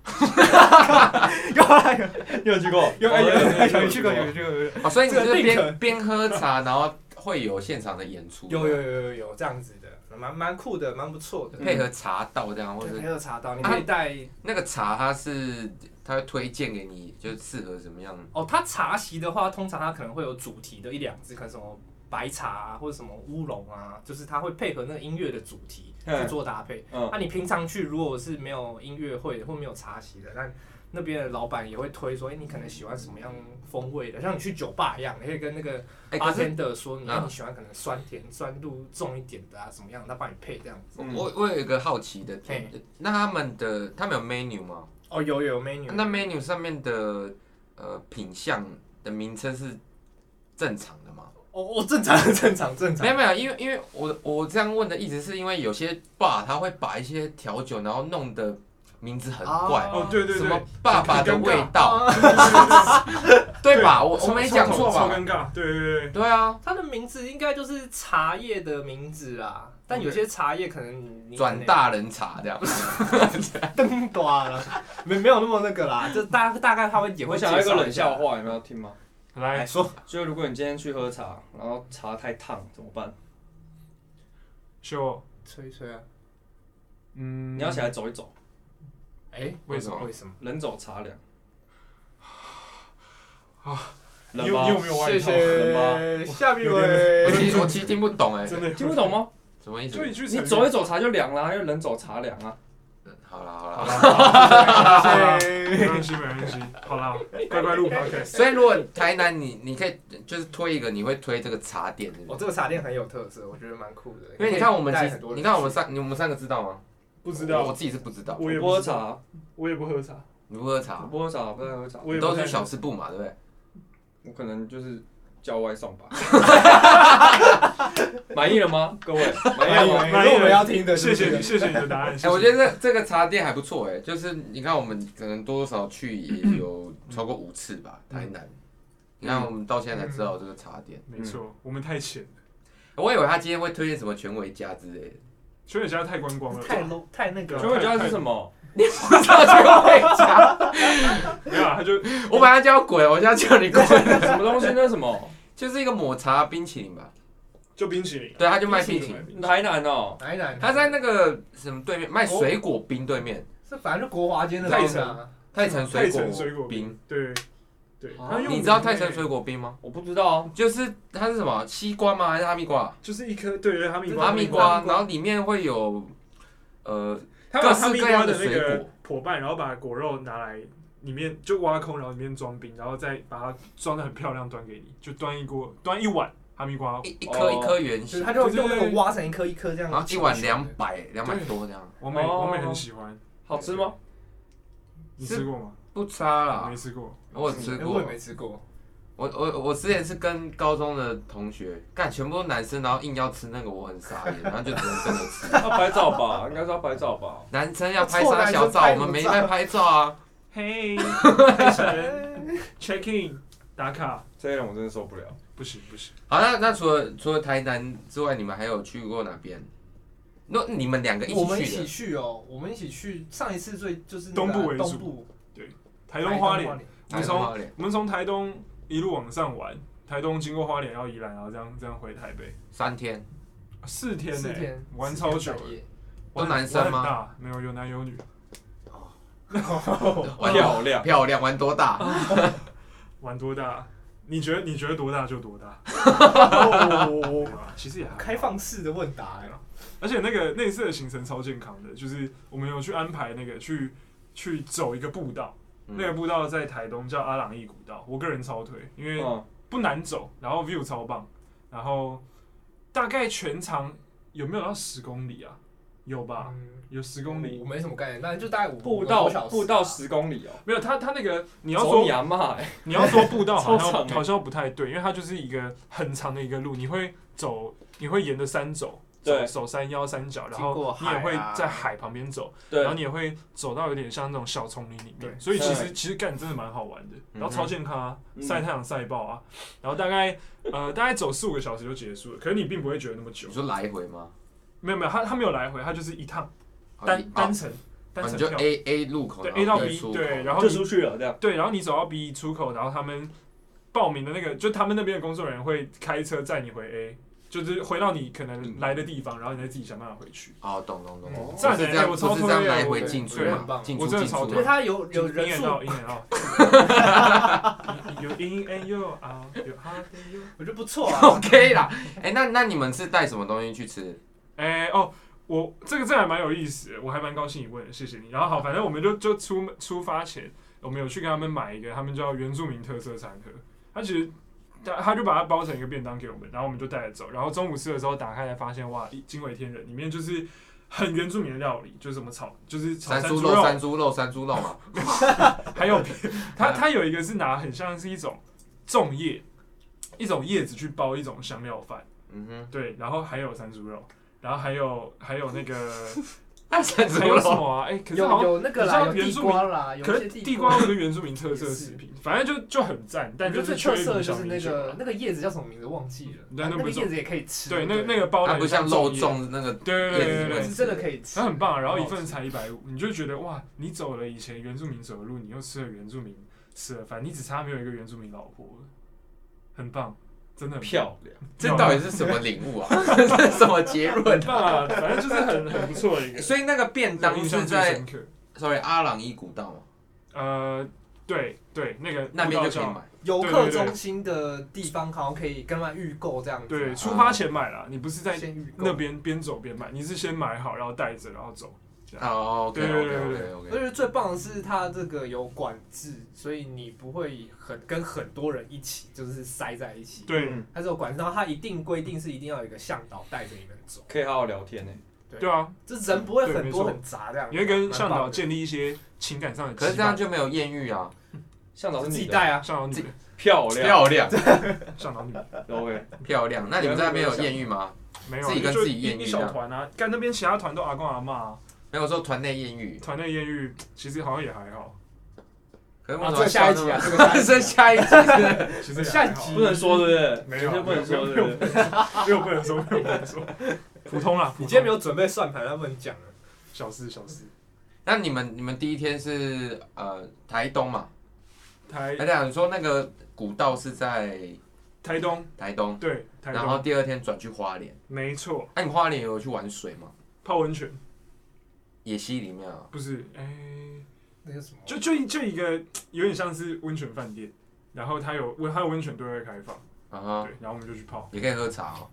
Speaker 6: 有啊？有
Speaker 3: 你有去过？
Speaker 6: 有有有有去过，有去过，有去过
Speaker 1: 哦，所以你们就是
Speaker 6: 这个
Speaker 1: 边边喝茶，然后会有现场的演出，
Speaker 6: 有有有有有这样子的，蛮蛮酷的，蛮不错的。
Speaker 1: 配合茶道这样，或
Speaker 6: 对，
Speaker 1: 者
Speaker 6: 没有查到，你可以带、
Speaker 1: 那个茶它是它会推荐给你，就适合什么样的？
Speaker 6: 哦。他茶席的话，通常他可能会有主题的一两支，可能什么白茶啊，或者什么乌龙啊，就是他会配合那个音乐的主题去
Speaker 3: 嗯
Speaker 6: 做搭配。
Speaker 3: 嗯
Speaker 6: 那、，你平常去如果是没有音乐会或没有茶席的，那那边的老板也会推说，哎、你可能喜欢什么样风味的，像你去酒吧一样，你可以跟那个
Speaker 1: 哎，可
Speaker 4: 啊
Speaker 6: 八
Speaker 1: 是
Speaker 6: 天的说，你、哎
Speaker 1: 嗯
Speaker 6: 你喜欢可能酸甜酸度重一点的啊，什么样，他帮你配这样子。
Speaker 3: 嗯
Speaker 1: 我我有一个好奇的点，那他们的他们有 menu 吗？
Speaker 6: 哦，有有
Speaker 4: 嗯
Speaker 6: menu，
Speaker 1: 那 menu 上面的呃品相的名称是正常的吗？
Speaker 6: 哦哦，正常 (laughs) 正常正常
Speaker 1: 没。有没有，因为因为我我这样问的意思是因为有些 bar 他会把一些调酒，然后弄的名字很怪，
Speaker 4: 哦，对对
Speaker 1: 什
Speaker 4: 对
Speaker 1: 么，爸爸的
Speaker 4: 很尴尬
Speaker 1: 味道，对
Speaker 4: 对
Speaker 1: 吧？我
Speaker 4: 超
Speaker 1: 我没讲错
Speaker 4: 超
Speaker 1: 吧？
Speaker 4: 尴尬，对对对，
Speaker 1: 对啊，
Speaker 6: 它的名字应该就是茶叶的名字啦，但有些茶叶可能你你可
Speaker 1: 转
Speaker 6: 能
Speaker 1: 大人茶这样。
Speaker 6: 灯短了，没没有那么那个啦，就大大概他会也
Speaker 3: 我
Speaker 6: 会
Speaker 3: 想要一
Speaker 6: 介
Speaker 3: 个
Speaker 6: 绍
Speaker 3: 冷
Speaker 6: 下
Speaker 3: 笑，话，有没有听吗？
Speaker 1: 哎
Speaker 4: 来
Speaker 6: 说
Speaker 3: 就如果你今天去喝茶，然后茶太烫怎么办？
Speaker 4: 秀，
Speaker 6: 吹一吹啊。
Speaker 4: 嗯，
Speaker 3: 你要起来走一走，
Speaker 6: 哎，
Speaker 4: 为什
Speaker 1: 么
Speaker 6: 为什么？
Speaker 3: 人走茶凉。啊
Speaker 4: 你
Speaker 3: 冷
Speaker 4: 有
Speaker 3: 吗
Speaker 4: 你？有没有外
Speaker 6: 谢
Speaker 4: 套？(laughs)
Speaker 6: 谢夏碧
Speaker 1: 我
Speaker 6: 薇。
Speaker 1: 其实我其实听不懂哎，
Speaker 4: 真的
Speaker 3: 听不懂 (laughs) 吗？
Speaker 1: 什么意思
Speaker 4: 就？一句成
Speaker 3: 你
Speaker 4: 语，
Speaker 3: 走一走茶就凉啦，因为人走茶凉啊。
Speaker 1: 好了好
Speaker 4: 好
Speaker 1: 了。
Speaker 4: 啦，好啦没
Speaker 6: 谢
Speaker 4: 关系没关系，好啦，乖乖录 podcast，
Speaker 1: 所以如果台南你你可以就是推一个，你会推这个茶点，是不
Speaker 6: 我
Speaker 1: 是
Speaker 4: 哦
Speaker 6: 哦这个茶店很有特色，我觉得蛮酷的。
Speaker 1: 因为你看我们
Speaker 6: 带
Speaker 1: 其实
Speaker 6: 很多人
Speaker 1: 你看我们三你我们三个知道吗？
Speaker 4: 不知
Speaker 1: 我
Speaker 4: 道，
Speaker 1: 自己是不知道，
Speaker 4: 我也
Speaker 3: 不喝
Speaker 4: 不知道，
Speaker 3: 茶，
Speaker 4: 我也不喝茶，
Speaker 1: 你不喝
Speaker 3: 我
Speaker 1: 茶，
Speaker 3: 不喝茶，不太喝茶。
Speaker 4: 我也不
Speaker 1: 都
Speaker 4: 太
Speaker 1: 去小吃部嘛，对不对？
Speaker 3: 我可能就是叫外送 (laughs) 吧。满意了吗，各位？满
Speaker 6: 满
Speaker 3: 意
Speaker 6: 意
Speaker 3: 了吗？
Speaker 6: 满意，我们要听的。
Speaker 4: 谢谢你，谢谢你的答案。
Speaker 1: 哎，我觉得这这个茶店还不错哎，
Speaker 4: 嗯
Speaker 1: 就是你看我们可能多多少少去也有超过五次吧，台南。你看，我们到现在才知道有这个茶点。
Speaker 4: 没错，我们太浅了，
Speaker 1: 我以为他今天会推荐什么全维家之类的， (laughs)
Speaker 4: 秋叶家太观光了，
Speaker 6: 太 low 太那个
Speaker 3: 全
Speaker 4: 就
Speaker 6: 了。
Speaker 4: 会
Speaker 3: 伟家是什 (laughs) 么？
Speaker 1: 不知道全维家。
Speaker 4: 没有啊，他就
Speaker 1: 我本来叫滚，我现在叫你
Speaker 4: (laughs)
Speaker 1: 滚，
Speaker 3: 什么东西？那是什么？
Speaker 1: 就是一个抹茶冰淇淋吧？
Speaker 4: 就冰淇淋啊，
Speaker 1: 对，他就卖冰淇淋。
Speaker 4: 淋
Speaker 3: 台南哦，
Speaker 6: 哪一啊男？
Speaker 1: 他在那个什么对面卖水果冰对面，
Speaker 6: 是反正就国华街那
Speaker 4: 太
Speaker 6: 边
Speaker 4: 神
Speaker 6: 啊，
Speaker 1: 泰城水
Speaker 4: 泰哦城水
Speaker 1: 果
Speaker 4: 果
Speaker 1: 冰。，啊
Speaker 4: 对对，
Speaker 6: 哦
Speaker 4: 他用
Speaker 1: 你知道泰
Speaker 4: 城
Speaker 1: 城水果冰吗？
Speaker 3: 我不知道啊。
Speaker 1: 就是它是什么西瓜吗？还是哈密瓜？
Speaker 4: 就是一颗对对哈密瓜，
Speaker 1: 哈密瓜，然后里面会有呃
Speaker 4: 他把
Speaker 1: 各式
Speaker 4: 哈密
Speaker 1: 各样
Speaker 4: 瓜
Speaker 1: 的
Speaker 4: 的那
Speaker 1: 水
Speaker 4: 个
Speaker 1: 果
Speaker 4: 破瓣，然后把果肉拿来里面就挖空，然后里面装冰，然后再把它装的很漂亮，端给你，就端一锅端一碗哈密瓜。
Speaker 1: 一一颗
Speaker 3: 哦
Speaker 1: 一颗圆
Speaker 6: 就
Speaker 1: 形
Speaker 6: 是，他就用那个挖成一颗一颗这样。
Speaker 1: 然后一碗两，百两百多这样，
Speaker 4: 我美
Speaker 3: 哦
Speaker 4: 我美很喜欢，
Speaker 3: 好吃吗？
Speaker 4: 你
Speaker 1: 是啊
Speaker 4: 吃过吗？
Speaker 1: 不差
Speaker 4: 我
Speaker 1: 啦
Speaker 4: 没。吃过，
Speaker 1: 我有吃
Speaker 6: 哎我
Speaker 1: 过
Speaker 6: 也，没吃过。
Speaker 1: 我我我之前是跟高中的同学，干全部都男生，然后硬要吃那个，我很傻眼，然后就只能跟着吃。
Speaker 3: 要拍照 (laughs) 吧，应该是要拍照吧。
Speaker 1: 男生要拍啥小照，我们没在拍照啊。
Speaker 4: (laughs) 嘿，泰神 check in 打卡，
Speaker 3: 这一人我真的受不了。
Speaker 4: 不行不行，
Speaker 1: 好，那那除了除了台南之外，你们还有去过哪边？那你们两个一
Speaker 6: 我们一
Speaker 1: 起去
Speaker 6: 起
Speaker 1: 的，
Speaker 6: 去哦，我们一起去。上一次最就是那
Speaker 4: 东
Speaker 6: 个
Speaker 4: 部为主
Speaker 6: 东部
Speaker 4: 台东花莲，，我
Speaker 1: 台中
Speaker 4: 们从
Speaker 1: 花莲
Speaker 4: 我们从台东一路往上玩，台东经过花莲，然后宜兰，然后这样这样回台北，
Speaker 1: 三天，
Speaker 4: 四天呢、
Speaker 6: 四天
Speaker 4: 玩超久了
Speaker 6: 四。天
Speaker 1: 都男生吗
Speaker 4: 玩很大？没有，有男有女。哦
Speaker 1: 玩
Speaker 3: 漂亮
Speaker 1: 漂亮，玩多大？
Speaker 4: 玩多大？你觉得你觉得多大就多大，
Speaker 6: 三
Speaker 4: (laughs)
Speaker 6: 夜
Speaker 4: 对吧其实也还好
Speaker 6: 哦开。放式的问答哎，
Speaker 4: 而且那个那一次的行程超健康的，就是我们有去安排那个去去走一个步道，那个
Speaker 1: 嗯
Speaker 4: 步道在台东叫阿朗义古道，我个人超推，因为
Speaker 1: 哦
Speaker 3: 嗯，
Speaker 4: 不难走，然后 view 超棒，然后大概全长有没有到十公里啊？有吧，
Speaker 6: 嗯
Speaker 4: 有十公里。
Speaker 6: 我没什么概念，但就大概五
Speaker 3: 步
Speaker 6: 五
Speaker 3: 道
Speaker 6: 个小时啊
Speaker 3: 步道十公里哦。
Speaker 4: 没有，他他那个你
Speaker 3: 你
Speaker 4: 要说
Speaker 3: 你阿妈哎，
Speaker 4: 你要说步道好
Speaker 1: (laughs)
Speaker 3: 超长
Speaker 4: 像
Speaker 3: 欸
Speaker 4: 好像不太对，因为它就是一个很长的一个路，你会走，你会沿着山走，
Speaker 3: 对
Speaker 4: 走走山腰山脚，然
Speaker 6: 经过
Speaker 4: 后你
Speaker 6: 海
Speaker 4: 也
Speaker 6: 啊
Speaker 4: 会在海旁边走，
Speaker 3: 对
Speaker 4: 然后，你也会走到有点像那种小丛林里面，
Speaker 6: 对
Speaker 4: 所以其实
Speaker 3: 对
Speaker 4: 其实干真的蛮好玩的，
Speaker 1: 嗯哼
Speaker 4: 然后超健康啊，
Speaker 3: 嗯
Speaker 4: 晒太阳晒爆啊，然后大概呃大概走四五个小时就结束了，可是你并不会觉得那么久
Speaker 1: 你，说来回吗？
Speaker 4: 没有没有，它它没有来回，它就是一趟
Speaker 1: 好
Speaker 4: 单
Speaker 1: 一哦
Speaker 4: 单程单
Speaker 1: 哦你
Speaker 4: 程
Speaker 1: 就
Speaker 4: 票，
Speaker 1: A A 路口，
Speaker 4: 对
Speaker 1: 然后
Speaker 4: A 到
Speaker 1: B
Speaker 4: B
Speaker 1: 出口
Speaker 4: 对，然后
Speaker 3: 就
Speaker 4: 你
Speaker 3: 出去了这样。
Speaker 4: 对，然后你走到 B 出口，然后他们报名的那个，就他们那边的工作人员会开车载你回 A，就是回到你可能来的地方，然后你再自己想办法回去。
Speaker 1: 哦，懂懂懂，
Speaker 3: 哦
Speaker 1: 不
Speaker 4: 赞
Speaker 1: 是
Speaker 4: 欸
Speaker 1: 这样，
Speaker 4: 我
Speaker 1: 不
Speaker 4: 超
Speaker 1: 是这
Speaker 4: 推
Speaker 1: 样
Speaker 4: 的
Speaker 1: 来
Speaker 4: 我
Speaker 1: 回
Speaker 4: 觉
Speaker 1: 进
Speaker 4: 得
Speaker 1: 出
Speaker 4: 对
Speaker 6: 很
Speaker 1: 嘛，
Speaker 6: 棒
Speaker 1: 进
Speaker 4: 我
Speaker 1: 出
Speaker 4: 真的
Speaker 1: 进
Speaker 4: 超
Speaker 1: 出
Speaker 6: 因为
Speaker 1: 嘛，
Speaker 6: 它有有人数，
Speaker 4: in and out，in and (laughs) out，有 in and you out，有啊 out and you。
Speaker 6: 我觉得不错
Speaker 4: (laughs)
Speaker 6: 啊。
Speaker 1: (laughs) OK 啦。哎，那那你们是带什么东西去吃？
Speaker 4: 哎哦，我这个这还蛮有意思的，我还蛮高兴你问的，谢谢你。然后好，反正我们就就出门出发前，我们有去跟他们买一个，他们叫原住民特色餐盒，它其实。他他就把它包成一个便当给我们，然后我们就带着走。然后中午吃的时候打开来，发现哇，惊为天人！里面就是很原住民的料理，就是什么炒，就是炒
Speaker 1: 山
Speaker 4: 猪
Speaker 1: 猪肉，山猪肉，山猪肉嘛。
Speaker 4: 还有别
Speaker 1: (laughs) 嗯
Speaker 4: 它它有一个是拿很像是一种粽叶，一种叶子去包一种香料饭，
Speaker 1: 嗯哼，
Speaker 4: 对，然后还有山猪肉，然后还有还有那个
Speaker 1: 那山猪
Speaker 4: (laughs) 还有什
Speaker 1: 肉，
Speaker 4: 么啊？哎、可是
Speaker 6: 有
Speaker 4: 好像，
Speaker 6: 有那个啦，有
Speaker 4: 你知道原
Speaker 6: 地
Speaker 4: 住民
Speaker 6: 瓜啦，有
Speaker 4: 可
Speaker 6: 一些
Speaker 4: 是地瓜是原住民特色
Speaker 6: 也是
Speaker 4: 食品，反正就就很赞，但
Speaker 6: 但
Speaker 4: 就
Speaker 6: 就是最
Speaker 4: 缺
Speaker 6: 特
Speaker 4: 一
Speaker 6: 色
Speaker 4: 股
Speaker 6: 的就
Speaker 4: 小
Speaker 6: 是
Speaker 4: 米
Speaker 6: 那
Speaker 4: 酒
Speaker 6: 个
Speaker 4: 啊
Speaker 6: 那个叶子叫什么名字忘记了，
Speaker 4: 那那
Speaker 6: 那
Speaker 4: 不
Speaker 6: 个
Speaker 4: 是
Speaker 6: 叶子也可以吃。
Speaker 4: 对，那
Speaker 6: 不
Speaker 4: 那个包的
Speaker 1: 它不像肉
Speaker 4: 粽叶，
Speaker 1: 粽那个
Speaker 4: 对对对对
Speaker 1: 叶
Speaker 4: 对
Speaker 1: 子
Speaker 6: 是这个可以吃
Speaker 4: 它，很棒啊。然后一
Speaker 6: 很好
Speaker 4: 份
Speaker 6: 吃
Speaker 4: 才一百五，你就觉得哇，你走了以前原住民走的路，你又吃了原住民吃了饭，你只差没有一个原住民老婆了，很棒，真的很棒
Speaker 3: 漂亮，
Speaker 1: 这到底是什么领悟啊？ (laughs) 这是什么结论
Speaker 4: 很？棒啊，反正就是很很不错的一个。
Speaker 1: 所以那个便
Speaker 4: 我
Speaker 1: 当
Speaker 4: 印
Speaker 1: 是
Speaker 4: 象最
Speaker 1: 在
Speaker 4: 深刻，
Speaker 1: sorry 阿朗伊古道嘛，
Speaker 4: 呃，对对，那个
Speaker 1: 那边
Speaker 4: 步道
Speaker 1: 就可以
Speaker 4: 叫
Speaker 1: 买。
Speaker 6: 游
Speaker 4: 对
Speaker 6: 客
Speaker 4: 对对
Speaker 6: 中心的地方好像可以跟他们预购这样子。啊
Speaker 4: 对，出发前买啦，你不是在
Speaker 6: 先预购
Speaker 4: 那。边边走边买，你是先买好，然后带着，然后走。
Speaker 1: 哦，OK
Speaker 4: 对对
Speaker 1: OK
Speaker 4: 对
Speaker 1: OK
Speaker 6: 我觉
Speaker 1: OK。
Speaker 6: 得最棒的是它这个有管制，所以你不会很跟很多人一起就是塞在一起。，
Speaker 4: 对、
Speaker 3: 嗯
Speaker 6: 它是有管制，然后它一定规定是一定要有一个向导带着你们走，
Speaker 3: 可以好好聊天呢。
Speaker 4: 对啊，
Speaker 6: 这人不会
Speaker 4: 对
Speaker 6: 很
Speaker 4: 没
Speaker 6: 多
Speaker 4: 错
Speaker 6: 很杂这样。
Speaker 4: 你会跟
Speaker 6: 蛮
Speaker 4: 向
Speaker 6: 棒
Speaker 4: 导
Speaker 6: 的
Speaker 4: 建立一些情感上的羁绊。
Speaker 1: 可是这样就没有艳遇啊，
Speaker 3: 向导是
Speaker 6: 自
Speaker 3: 你
Speaker 6: 己
Speaker 3: 的，
Speaker 6: 带啊，
Speaker 4: 向导女，
Speaker 3: 漂亮
Speaker 1: 漂亮 (laughs)
Speaker 4: 向导女
Speaker 3: ，OK，
Speaker 1: 漂亮。那你们在那边有艳遇吗？
Speaker 4: 没有啊，
Speaker 1: 自己跟
Speaker 4: 就
Speaker 1: 自己
Speaker 4: 一
Speaker 1: 艳遇
Speaker 4: 一
Speaker 1: 这样
Speaker 4: 小团啊，干那边其他团都阿公阿妈、啊，
Speaker 1: 没有说团内艳遇，
Speaker 4: 团内艳遇其实好像也还好。
Speaker 1: 可是为
Speaker 6: 啊
Speaker 1: 什
Speaker 6: 这
Speaker 1: 么
Speaker 6: 下一
Speaker 1: 笑
Speaker 6: 集
Speaker 1: (laughs)
Speaker 6: 啊
Speaker 1: 那么
Speaker 6: 这个下一集啊
Speaker 1: 这下一 (laughs) 集是
Speaker 4: 其实也
Speaker 6: 下
Speaker 4: 还
Speaker 6: 一
Speaker 4: 好
Speaker 6: 集
Speaker 3: 不能说对不对？
Speaker 4: 没有
Speaker 3: 这不能说对不对？
Speaker 4: 没有不能说，没有不能说，普通啦。
Speaker 6: 你今天没
Speaker 4: 有
Speaker 6: 有准备算盘，他不能讲了。
Speaker 4: 小事小事。
Speaker 1: 那你们你们第一天是呃台东嘛？
Speaker 4: 台
Speaker 1: 哎，对你说那个古道是在
Speaker 4: 台东
Speaker 1: 台东，
Speaker 4: 对台
Speaker 1: 然后
Speaker 4: 东
Speaker 1: 第二天转去花莲。
Speaker 4: 没错，
Speaker 1: 那、你花莲有去玩水吗？
Speaker 4: 泡温泉
Speaker 1: 野溪里面啊，
Speaker 4: 不是哎、
Speaker 6: 那个什么，
Speaker 4: 就就就一个有点像是温泉饭店，然后它有温它有温泉对外开放，
Speaker 1: 啊哈，
Speaker 4: 对，然后我们就去
Speaker 1: (laughs)
Speaker 4: 泡。
Speaker 1: 也可以喝茶哦。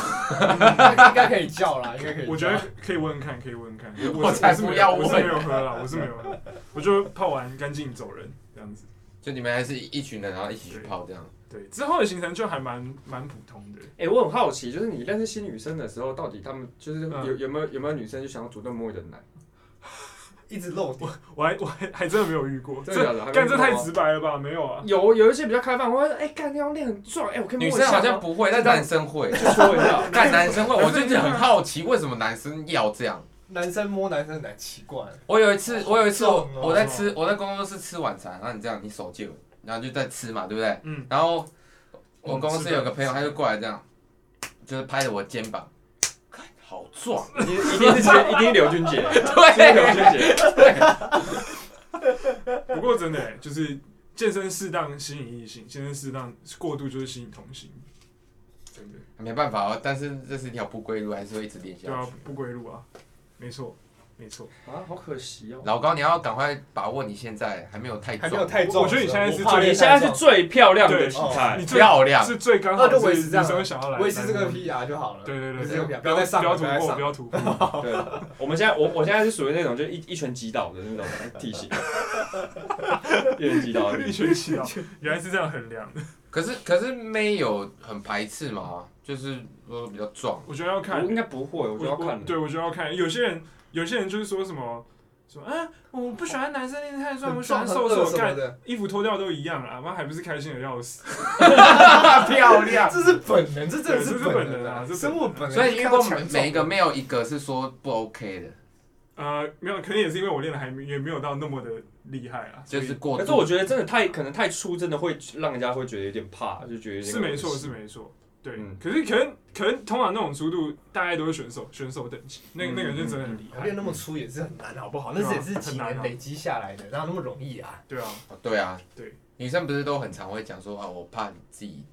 Speaker 6: 应该可以叫啦，应该可以叫。
Speaker 4: 我觉得可以问问看，可以问问看。
Speaker 1: 我
Speaker 4: 我是
Speaker 1: 才
Speaker 4: 是没
Speaker 1: 不
Speaker 4: 有
Speaker 1: 要
Speaker 4: 我是
Speaker 1: 问
Speaker 4: 没有喝啦，我是没有喝，我就泡完干净走人这样子。
Speaker 1: 就你们还是一群人，然后一起去泡这样。
Speaker 4: 对，之后的行程就还蛮蛮普通的。
Speaker 3: 哎、我很好奇，就是你认识新女生的时候，到底她们就是有、
Speaker 4: 嗯
Speaker 3: 有没有有没有女生就想要主动摸你的奶？
Speaker 6: 一直漏点，
Speaker 4: 我还我还还真的没有遇过，
Speaker 3: 真的假的还
Speaker 4: 这
Speaker 3: 没
Speaker 4: 干这
Speaker 3: 遇过
Speaker 4: 太
Speaker 3: 吗
Speaker 4: 直白了吧？没有啊，
Speaker 3: 有有一些比较开放，我会说，哎、干那张脸很壮，哎、我可以
Speaker 1: 女
Speaker 3: 摸一下
Speaker 1: 生好
Speaker 3: 吗
Speaker 1: 像不会，但男生会。
Speaker 3: 就说一下，
Speaker 1: 看男生会，我最近很好奇为什么男生要这样。
Speaker 6: 男生摸男生的奶奇怪。
Speaker 1: 我有一次，我有一次我
Speaker 6: 好重哦
Speaker 1: 我在吃我在工作室吃晚餐，然后你这样你手借我，然后就在吃嘛，对不对？
Speaker 4: 嗯。
Speaker 1: 然后我
Speaker 4: 嗯
Speaker 1: 公
Speaker 4: 吃
Speaker 1: 司
Speaker 4: 的
Speaker 1: 有个朋友，他就过来这样，就是拍着我肩膀，看好壮，
Speaker 3: 一定一定是姐，一定是刘俊 (laughs) 杰，一定是
Speaker 1: 对，
Speaker 3: 刘俊杰，
Speaker 4: (laughs) 不过真的、欸、就是健身适当吸引异性，健身适当过度就是吸引同性，真的
Speaker 1: 没办法哦，但是这是一条不归路，还是会一直练
Speaker 4: 对
Speaker 1: 下
Speaker 4: 啊
Speaker 1: 去。，
Speaker 4: 不归路啊，没错没错。
Speaker 3: 啊，好可惜哦。
Speaker 1: 老高，你要赶快把握你现在还没有太
Speaker 6: 还
Speaker 1: 壮，
Speaker 6: 没有太重的时候，
Speaker 4: 我觉得你现在是
Speaker 6: 我怕
Speaker 4: 最
Speaker 3: 你
Speaker 6: 练
Speaker 3: 现
Speaker 6: 太
Speaker 3: 在
Speaker 6: 重
Speaker 3: 是最漂亮的体态
Speaker 4: 你，最
Speaker 1: 漂亮，
Speaker 4: 是最刚好
Speaker 6: 那就维
Speaker 4: 是
Speaker 6: 持
Speaker 4: 女
Speaker 6: 这样
Speaker 4: 生想要来
Speaker 6: 维持这个
Speaker 4: 屁，
Speaker 6: PR 就好了。
Speaker 4: 对对
Speaker 6: 维
Speaker 4: 对，
Speaker 6: 持这个
Speaker 4: 对
Speaker 6: PR，不要再上
Speaker 4: 不
Speaker 6: 了，
Speaker 4: 要
Speaker 6: 不
Speaker 4: 突
Speaker 6: 要再
Speaker 4: 破，
Speaker 6: 上
Speaker 4: 不
Speaker 6: 了。
Speaker 4: 要突破。
Speaker 3: 对，我们现在我我现在是属于那种就一一拳击倒的那种体
Speaker 4: (laughs)
Speaker 3: 型，一拳击倒的体
Speaker 4: 一
Speaker 3: 型。
Speaker 4: 学期啊， (laughs) 原来是这样衡量的。
Speaker 1: 可是可是妹有很排斥嘛，就是说比较壮，
Speaker 4: 我觉得要
Speaker 3: 我
Speaker 4: 看
Speaker 3: 应该不会，我就要看
Speaker 4: 我
Speaker 3: 了。
Speaker 4: 对，我就要看。有些人，有些人就是说什么什么，啊，我不喜欢男生练太壮，我喜欢瘦
Speaker 6: 很
Speaker 4: 瘦
Speaker 6: 饿什么
Speaker 4: 干，
Speaker 6: 的，
Speaker 4: 衣服脱掉都一样啊，妈还不是开心的要死。
Speaker 1: 漂亮。
Speaker 6: 这是本能，这真的
Speaker 4: 对这是
Speaker 6: 本
Speaker 4: 本能啊这是
Speaker 6: 生物本能。
Speaker 1: 所以遇
Speaker 6: 看
Speaker 1: 过
Speaker 6: 到
Speaker 1: 每
Speaker 6: 强壮
Speaker 1: 每一个没有一个是说不 OK 的，
Speaker 4: (laughs) 呃，没有，可能也是因为我练的还没也没有到那么的厉害啊，所
Speaker 1: 就
Speaker 4: 以
Speaker 1: 是过
Speaker 3: 可是我
Speaker 1: 度。
Speaker 3: 觉得真的太可能太粗，真的会让人家会觉得有点怕，就觉得有点
Speaker 4: 是没错
Speaker 3: 恶
Speaker 4: 是
Speaker 3: 心
Speaker 4: 没错。对
Speaker 3: 嗯，
Speaker 4: 可是可能可能通常那种速度大概都是选手选手等级，那个
Speaker 3: 嗯
Speaker 4: 那个就真的很厉
Speaker 6: 我
Speaker 4: 害，
Speaker 6: 练那么粗也是很难，好不好？那
Speaker 4: 对啊
Speaker 6: 是也是几
Speaker 4: 很难
Speaker 6: 年
Speaker 4: 啊
Speaker 6: 累积下来的，哪有那么容易啊？
Speaker 4: 对啊，
Speaker 1: 哦对啊，
Speaker 4: 对，
Speaker 1: 女生不是都很常会讲说啊，我怕你自己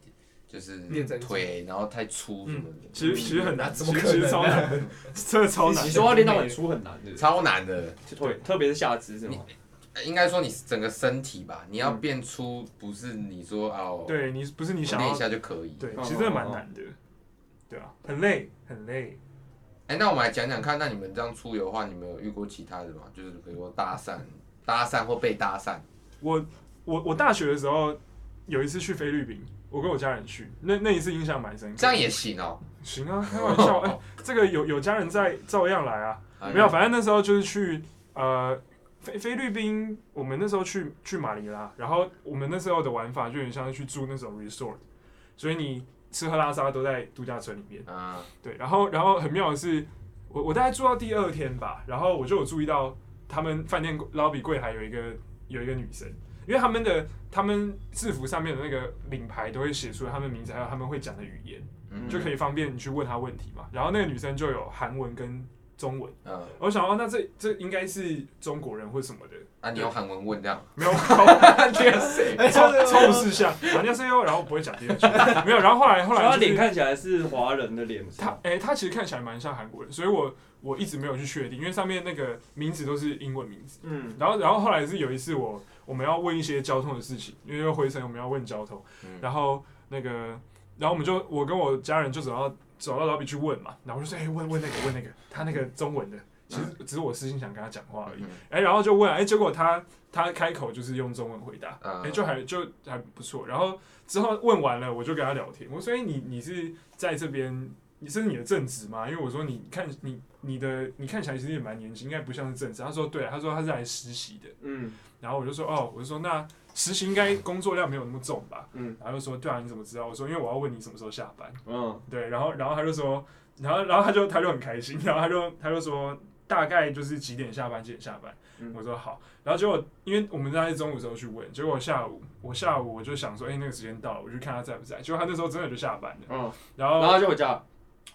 Speaker 1: 就是
Speaker 6: 练真肌
Speaker 1: 腿然后太粗什么的，
Speaker 4: 其实其实很难，
Speaker 6: 那
Speaker 4: 其
Speaker 6: 怎
Speaker 4: 实
Speaker 6: 么可
Speaker 4: 其实
Speaker 6: 能
Speaker 4: 超
Speaker 6: 呢
Speaker 4: 难的，真的超难
Speaker 3: 你
Speaker 4: 的。
Speaker 3: 说要练到很粗很难的，
Speaker 1: 超难的。
Speaker 3: 对，特别是下肢是吗？
Speaker 1: 呃应该说你整个身体吧，你要变粗，不是你说啊，我
Speaker 4: 嗯对你不是你
Speaker 1: 我
Speaker 4: 想
Speaker 1: 练
Speaker 4: 要
Speaker 1: 一，下就可以。
Speaker 4: 对，
Speaker 3: 哦
Speaker 4: 其实真的
Speaker 3: 哦
Speaker 4: 蛮
Speaker 3: 哦
Speaker 4: 难的，对啊，很累很累。
Speaker 1: 哎，那我们来讲讲看，那你们这样出游的话，你们有遇过其他的吗？就是比如说搭讪、搭讪或被搭讪，
Speaker 4: 我我我大学的时候有一次去菲律宾，我跟我家人去，那那一次印象蛮深刻。
Speaker 1: 这样也行哦。
Speaker 4: 行啊，开玩笑，哎、这个有有家人在，照样来啊。
Speaker 1: 啊
Speaker 4: 没有，，反正那时候就是去呃菲菲律宾，我们那时候去去马尼拉，然后我们那时候的玩法就有点像是去住那种 resort，所以你吃喝拉撒都在度假村里面。
Speaker 1: 啊，
Speaker 4: 对，然后然后很妙的是，我我大概住到第二天吧，然后我就有注意到他们饭店 lobby 柜台有一个有一个女生，因为他们的他们制服上面的那个领牌都会写出他们名字，还有他们会讲的语言，
Speaker 1: 嗯
Speaker 4: 你就可以方便你去问她问题嘛。然后那个女生就有韩文跟中文，
Speaker 1: 嗯，
Speaker 4: 我想哦，那这这应该是中国人或什么的，
Speaker 1: 啊，你用韩文问这样，
Speaker 4: 没有 (laughs) 超
Speaker 1: 这个谁？
Speaker 4: 超超不识相，人家 C O，然后不会讲第二句，没有。然后后来后
Speaker 3: 所以他
Speaker 4: 来、就是
Speaker 3: 脸、看起来是华人的脸，
Speaker 4: 他诶，他其实看起来蛮像韩国人，所以我我一直没有去确定，因为上面那个名字都是英文名字。
Speaker 3: 嗯，
Speaker 4: 然后然后后来是有一次我我们要问一些交通的事情，因为回程我们要问交通，
Speaker 1: 嗯
Speaker 4: 然后那个然后我们就我跟我家人就走到走到老比去问嘛，然后我就说哎、诶问问那个问那个他那个中文的，其实只是我私心想跟他讲话而已。
Speaker 1: 嗯
Speaker 4: 哎、然后就问哎、诶结果他他开口就是用中文回答，
Speaker 1: 啊
Speaker 4: 哎、就还就还不错。然后之后问完了，我就跟他聊天，我说：“哎、你你是在这边，你这是你的正职吗？”因为我说你看你你的你看起来其实也蛮年轻，应该不像是正职。他说：“对啊、他说他是来实习的。
Speaker 3: 嗯，”
Speaker 4: 然后我就说：“哦，我就说那实习应该工作量没有那么重吧？”
Speaker 3: 嗯，
Speaker 4: 然后就说：“对啊，你怎么知道？”我说：“因为我要问你什么时候下班。
Speaker 3: 嗯，”
Speaker 4: 对，然后然后他就说，然后然后他就他就很开心，然后他就他就说。大概就是几点下班，几点下班。
Speaker 3: 嗯
Speaker 4: 我说好，然后结果因为我们大概是中午的时候去问，结果下午我下午我就想说，哎、那个时间到了，我去看他在不在。结果他那时候真的就下班了，
Speaker 3: 嗯，然
Speaker 4: 然
Speaker 3: 后
Speaker 4: 后
Speaker 3: 他就回家，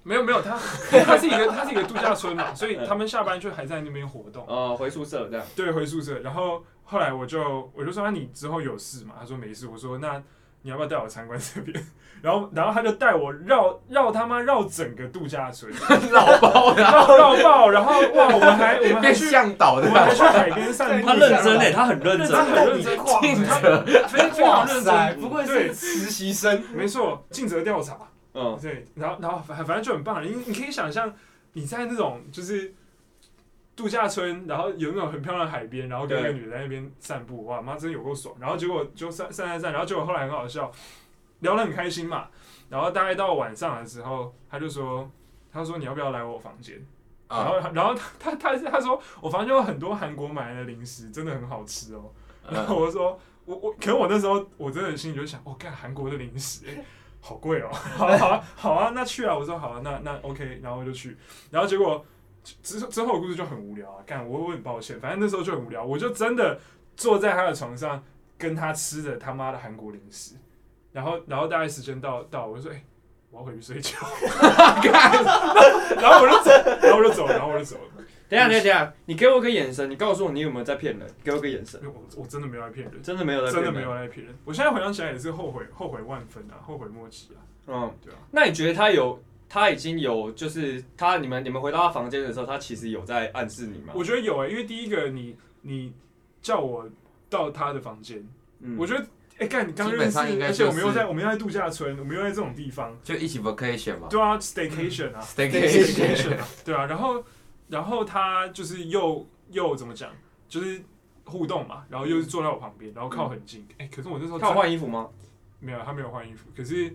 Speaker 4: 没有没有他， (laughs) 他是一个他是一个度假村嘛，所以
Speaker 3: 嗯
Speaker 4: 他们下班就还在那边活动。
Speaker 3: 呃，回宿舍这样，
Speaker 4: 对，回宿舍。然后后来我就我就说，那你之后有事吗？他说没事。我说那你要不要带我参观这边？ (laughs) 然后然后他就带我绕绕他妈绕整个度假村，
Speaker 1: 老包 (laughs) 的啊
Speaker 4: 绕绕爆。然后哇，我们还我们还
Speaker 1: 变
Speaker 6: (laughs)
Speaker 4: 去
Speaker 1: 向导
Speaker 4: 我
Speaker 1: 的
Speaker 4: 们
Speaker 1: 啊
Speaker 4: 还，去海边散步，
Speaker 2: 他认真哎，他很认真
Speaker 4: 认真
Speaker 2: 欸，
Speaker 4: 很认真，
Speaker 6: 啊
Speaker 4: 他
Speaker 6: (laughs) 非非常认
Speaker 2: 哇
Speaker 6: 真，不愧是实
Speaker 4: (laughs)
Speaker 6: 习生，
Speaker 4: 没错，尽责调查。
Speaker 6: 哦
Speaker 3: 嗯，
Speaker 4: 对，然后然后反反正就很棒，你你可以想象你在那种就是度假村，然后有那种很漂亮的海边，然后跟一个
Speaker 3: 对
Speaker 4: 女的在那边散步，哇妈真的有够爽。然后结果就散散散散，然后结果后来很好笑，聊得很开心嘛。然后大概到晚上的时候，他就说，他说你要不要来我房间？然后然后他他他他说我房间有很多韩国买来的零食，真的很好吃哦。然后我就说，我我，可能我那时候我真的心里就想，我、哦、干韩国的零食、欸好贵哦， (laughs) 好啊好啊好啊，那去啊，我说好啊，那那 OK，然后我就去，然后结果之之后的故事就很无聊啊，干我我很抱歉，反正那时候就很无聊，我就真的坐在他的床上跟他吃着他妈的韩国零食，然后然后大概时间到到，我就说哎、欸我要回去睡觉， (laughs) 然后我就走，然后我就走，然后我就走了，
Speaker 3: 等一下等一下等一下，你给我个眼神，你告诉我你有没有在骗人，给我个眼神，
Speaker 4: 因为我我真的没有在骗人。
Speaker 3: 真的没有在
Speaker 4: 真
Speaker 3: 骗
Speaker 4: 的
Speaker 3: 人，
Speaker 4: 没有那一批人。我现在回想起来也是后悔，后悔万分啊，后悔莫及啊。
Speaker 3: 嗯，
Speaker 4: 对啊
Speaker 3: 那你觉得他有，他已经有，就是他你们你们回到他房间的时候，他其实有在暗示你吗？
Speaker 4: 我觉得有欸诶、因为第一个你你叫我到他的房间，
Speaker 3: 嗯
Speaker 4: 我觉得哎干、你刚
Speaker 1: 基
Speaker 4: 认
Speaker 1: 本
Speaker 4: 识，
Speaker 1: 上应该就
Speaker 4: 而
Speaker 1: 是
Speaker 4: 且我们又在我们又在度假村，我们又在这种地方，
Speaker 1: 就一起 vacation 嘛
Speaker 4: 对啊，staycation 啊
Speaker 1: (laughs) ，staycation，
Speaker 4: 啊，对啊，然后然后他就是又又怎么讲，就是互动嘛，然后又是坐在我旁边，然后
Speaker 1: 嗯
Speaker 4: 靠很近，哎、可是我那时候
Speaker 3: 他有
Speaker 4: 真
Speaker 3: 换衣服吗？
Speaker 4: 没有，他没有换衣服，可是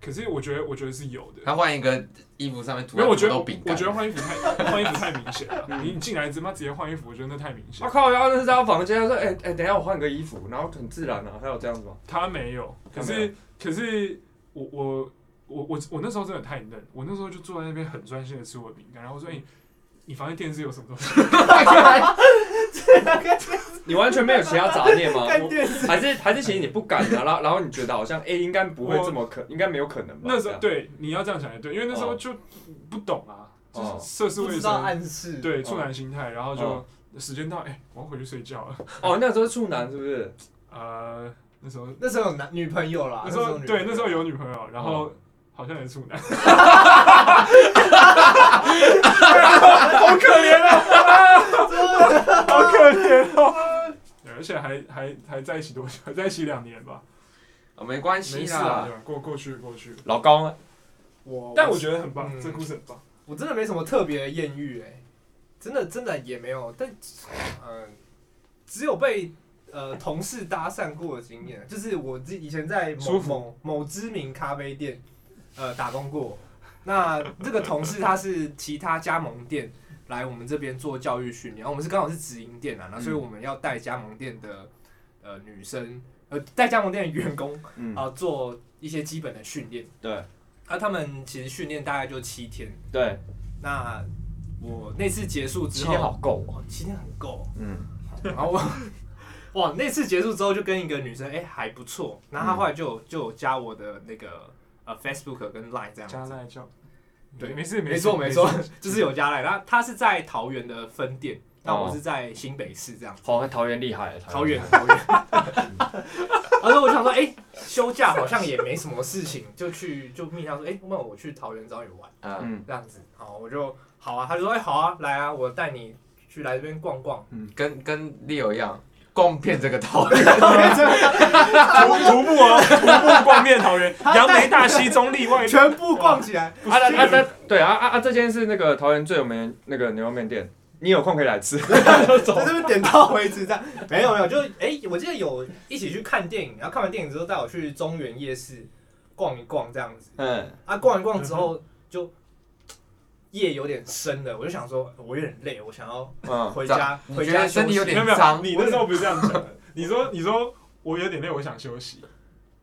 Speaker 4: 可是我觉得我觉得是有的，
Speaker 1: 他换一个衣服上面涂
Speaker 4: 没有，我觉得
Speaker 1: 都
Speaker 4: 我
Speaker 1: 饼
Speaker 4: 我
Speaker 1: 干，
Speaker 4: 觉得换衣
Speaker 1: (laughs)
Speaker 4: 服太换衣服太明显了。你进来直妈直接换衣服，我觉得那太明显
Speaker 3: 我、。啊靠，然后那是在他房间，他说，哎、哎、等一下我换个衣服，然后很自然啊，他有这样子 (laughs) 吗？
Speaker 4: 他没有，可
Speaker 3: 他没
Speaker 4: 是可是我我我我我那时候真的太嫩，我那时候就坐在那边很专心的吃我的饼干，然后我说：“
Speaker 3: 嗯
Speaker 4: 哎、你房间电视有什么东西
Speaker 3: 你完全没有其他杂念 (laughs) 吗？
Speaker 6: 看
Speaker 3: 我
Speaker 6: 电 (laughs) 视
Speaker 3: 还是还是其实你不敢啊，然后然后你觉得好像哎、应该不会这么可，应该没有可能吧？”？
Speaker 4: (laughs) 那时候
Speaker 3: 这样，
Speaker 4: 对你要这样想也对，因为那时候
Speaker 3: 哦
Speaker 4: 就不懂啊，就是
Speaker 3: 哦
Speaker 4: 涉世
Speaker 6: 不
Speaker 4: 未
Speaker 6: 知道
Speaker 4: 深，
Speaker 6: 暗示，
Speaker 4: 对处男心态，然后
Speaker 3: 哦
Speaker 4: 就时间到，哎、我要回去睡觉了。
Speaker 3: 哦，那时候是处男是不是？
Speaker 4: 呃，那时候
Speaker 6: 那时候有男女朋友啦，
Speaker 4: 那时候
Speaker 6: 女
Speaker 4: 对
Speaker 6: 朋
Speaker 4: 啊
Speaker 6: 友
Speaker 4: 那时候有女朋友，然后
Speaker 3: 哦
Speaker 4: (laughs) 好像也是处男。啊 (laughs) 好可怜哦。对而且还还还在一起多久？ (laughs) 还在一起两年吧，
Speaker 1: 哦没关
Speaker 4: 没
Speaker 1: 系
Speaker 4: 事啊，
Speaker 1: 啦
Speaker 4: 对。吧过过去过去。
Speaker 3: 老高啊呢？
Speaker 6: 我，
Speaker 4: 但我觉得很棒，
Speaker 6: 嗯
Speaker 4: 这故事很棒。
Speaker 6: 我真的没什么特别的艳遇哎、真的真的也没有，但呃，只有被呃同事搭讪过的经验，就是我自己以前在某
Speaker 4: 舒服
Speaker 6: 某某知名咖啡店呃打工过。那这个同事他是其他加盟店来我们这边做教育训练，然后我们是刚好是直营店啊，
Speaker 4: 嗯
Speaker 6: 那所以我们要带加盟店的呃女生呃带加盟店的员工
Speaker 3: 嗯，
Speaker 6: 啊、做一些基本的训练。
Speaker 3: 对
Speaker 6: 啊，他们其实训练大概就七天，
Speaker 3: 对，
Speaker 6: 那我那次结束之
Speaker 3: 今
Speaker 6: 后，
Speaker 3: 天好够，啊
Speaker 6: 哇，七天很够。
Speaker 3: 嗯，
Speaker 6: 然后我，哇，那次结束之后就跟一个女生，哎、还不错。然后她后来就有就有加我的那个呃 Facebook 跟 Line 这样
Speaker 4: 加
Speaker 6: 子。
Speaker 4: 赖叫，
Speaker 6: 对
Speaker 4: 嗯没事
Speaker 6: 没
Speaker 4: 事
Speaker 6: 错没错，，就是有加 Line。然后她是在桃园的分店，那我
Speaker 3: 哦
Speaker 6: 是在新北市这样。
Speaker 3: 好，桃园厉害，
Speaker 6: 桃园，桃园。 (laughs) 然后我想说，哎、休假好像也没什么事情，就去就密他说，哎、那我去桃园找你玩。
Speaker 1: 嗯，
Speaker 3: 嗯，
Speaker 6: 这样子，好，我就好啊。他就说，哎、好啊，来啊，我带你去来这边逛逛。
Speaker 1: 跟跟 Leo 一样，光骗这个套。
Speaker 6: 啊 (laughs)
Speaker 4: 徒徒步啊，徒步逛遍桃 (laughs) 园，杨梅、大溪、中立、外
Speaker 6: 全部逛起 (laughs) 来，
Speaker 3: 啊啊啊！啊对啊啊啊！这间是那个桃园最有名的那个牛肉面店，你有空可以来吃。
Speaker 6: 在这边点到为止，这样没有没有，就哎、我记得有一起去看电影，然后看完电影之后带我去中原夜市逛一逛，这样子
Speaker 3: 嗯，
Speaker 6: 啊，逛一逛之后就夜有点深了，我就想说，我有点累，我想要
Speaker 3: 嗯，
Speaker 6: 回家，
Speaker 1: 你
Speaker 6: 回
Speaker 1: 觉
Speaker 6: 家
Speaker 1: 得
Speaker 6: 休
Speaker 1: 身体有
Speaker 6: 息。
Speaker 4: 没有
Speaker 1: 点
Speaker 4: 没有，
Speaker 1: 脏？
Speaker 4: (laughs) 你那时候不是这样讲的，你说你说我有点累，我想休息。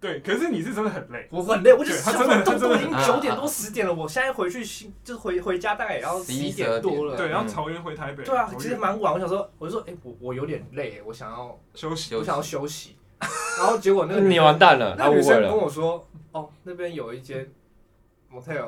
Speaker 4: 对，可是你是真的很累，
Speaker 6: 我很累，我就
Speaker 4: 对
Speaker 6: 想
Speaker 4: 他
Speaker 6: 说
Speaker 4: 真的
Speaker 6: 都
Speaker 4: 他真
Speaker 6: 都
Speaker 4: 的
Speaker 6: 已经九点多十点了，我现在回去新就是回回家大概也要
Speaker 1: 11
Speaker 6: 十一点多了。
Speaker 4: 对，
Speaker 1: 嗯
Speaker 4: 然后桃园回台北，
Speaker 6: 对啊
Speaker 4: 桃，园
Speaker 6: 其实蛮晚。我想说，我就说，哎，我我有点累，我想要
Speaker 4: 休息，
Speaker 6: 我想要休 (laughs) 息。然后结果那个
Speaker 3: 你完蛋了，
Speaker 6: 那
Speaker 3: 啊他
Speaker 6: 女
Speaker 3: 误
Speaker 6: 生
Speaker 3: 会
Speaker 6: 跟
Speaker 3: 了。
Speaker 6: 我说，哦，那边有一间 motel，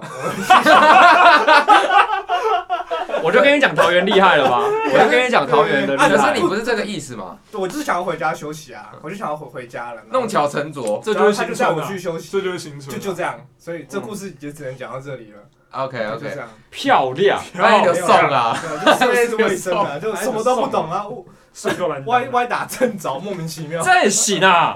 Speaker 3: 我就跟你讲桃园厉害了
Speaker 6: (laughs)
Speaker 3: 吧，我就跟你讲桃园的厉
Speaker 6: 啊
Speaker 1: 可是
Speaker 3: 害
Speaker 1: 你。不是这个意思嘛？
Speaker 6: (laughs) 我我就是想要回家休息啊，我就想要回回家了。
Speaker 1: 弄巧成拙。
Speaker 4: 这
Speaker 6: 然后
Speaker 4: 就是
Speaker 6: 他就
Speaker 4: 新
Speaker 6: 带
Speaker 4: 春
Speaker 6: 我
Speaker 4: 啊
Speaker 6: 去，休息，
Speaker 4: 这就是新春
Speaker 6: 就
Speaker 4: 啊，
Speaker 6: 就这样。所以这故事也只能讲到这里了。
Speaker 1: OK
Speaker 6: (laughs) 就这
Speaker 1: OK，
Speaker 6: 样，
Speaker 3: 漂亮，
Speaker 1: 那
Speaker 4: 哦
Speaker 1: 你就送啊。
Speaker 6: 对啊，就是社会卫生啊，就什么都不懂啊，
Speaker 4: (laughs) 睡够了，
Speaker 6: 歪歪打正着，莫名其
Speaker 3: (laughs)
Speaker 6: 妙。
Speaker 3: 真行啊！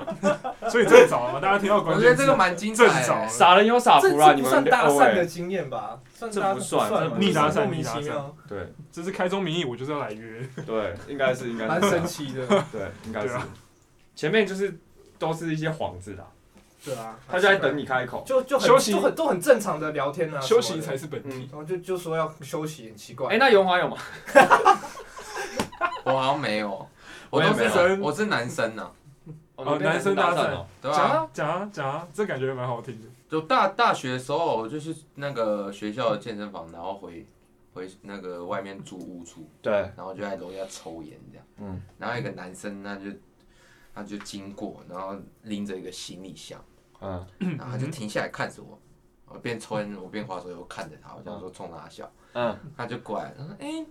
Speaker 4: 所以这个早嘛，啊大家听到
Speaker 1: 我
Speaker 4: 关
Speaker 1: 觉
Speaker 4: 键
Speaker 1: 得
Speaker 4: 字
Speaker 1: 这个蛮精彩
Speaker 4: 正
Speaker 1: 的
Speaker 4: 着
Speaker 1: 欸。
Speaker 3: 傻人有傻
Speaker 6: 这
Speaker 3: 福啦，
Speaker 6: 这
Speaker 3: 你
Speaker 6: 不
Speaker 3: 们
Speaker 6: 算搭讪的
Speaker 3: 对
Speaker 6: 经验吧？算
Speaker 3: 这
Speaker 6: 搭
Speaker 3: 不
Speaker 6: 算
Speaker 3: 算
Speaker 6: 吧，
Speaker 3: 这不
Speaker 4: 逆搭
Speaker 6: 莫
Speaker 4: 算
Speaker 6: 名
Speaker 4: 逆搭
Speaker 6: 其
Speaker 4: 讪
Speaker 6: 妙，
Speaker 3: 对
Speaker 4: 这是开宗明义，我就是要来约，
Speaker 3: 对，应该是应该
Speaker 6: 蛮
Speaker 3: 是
Speaker 6: 神奇的。
Speaker 3: (laughs) 对，应该是
Speaker 4: 对啊
Speaker 3: 前面就是都是一些幌子啦，
Speaker 6: 对啊，
Speaker 3: 他就在等你开口。
Speaker 6: 就就很
Speaker 4: 休息
Speaker 6: 就很都很正常的聊天啊，
Speaker 4: 休息才
Speaker 6: 什么
Speaker 4: 是本体
Speaker 3: 嗯。
Speaker 6: 的。然后就就说要休息，很奇怪。
Speaker 3: 哎，那永华有吗？
Speaker 1: (laughs) 我好像没有，
Speaker 3: 我
Speaker 1: 我
Speaker 3: 也
Speaker 1: 都
Speaker 3: 没有
Speaker 1: 是我是男生呐，
Speaker 4: 哦
Speaker 3: 你被
Speaker 4: 男生搭
Speaker 3: 搭
Speaker 4: 讪
Speaker 3: 哦，
Speaker 1: 对
Speaker 4: 讲
Speaker 1: 吧？
Speaker 4: 啊讲啊讲啊，这感觉蛮好听的。
Speaker 1: 就大大学的时候，我就去那个学校的健身房，然后回回那个外面租屋住，
Speaker 3: 对，
Speaker 1: 然后就在楼下抽烟这样。
Speaker 3: 嗯，
Speaker 1: 然后有一个男生，他就他就经过，然后拎着一个行李箱，
Speaker 3: 嗯，
Speaker 1: 然后他就停下来看着我，我边抽烟我边划手机，我看着他，我想说冲他笑，
Speaker 3: 嗯，
Speaker 1: 他就过来，他说：“哎、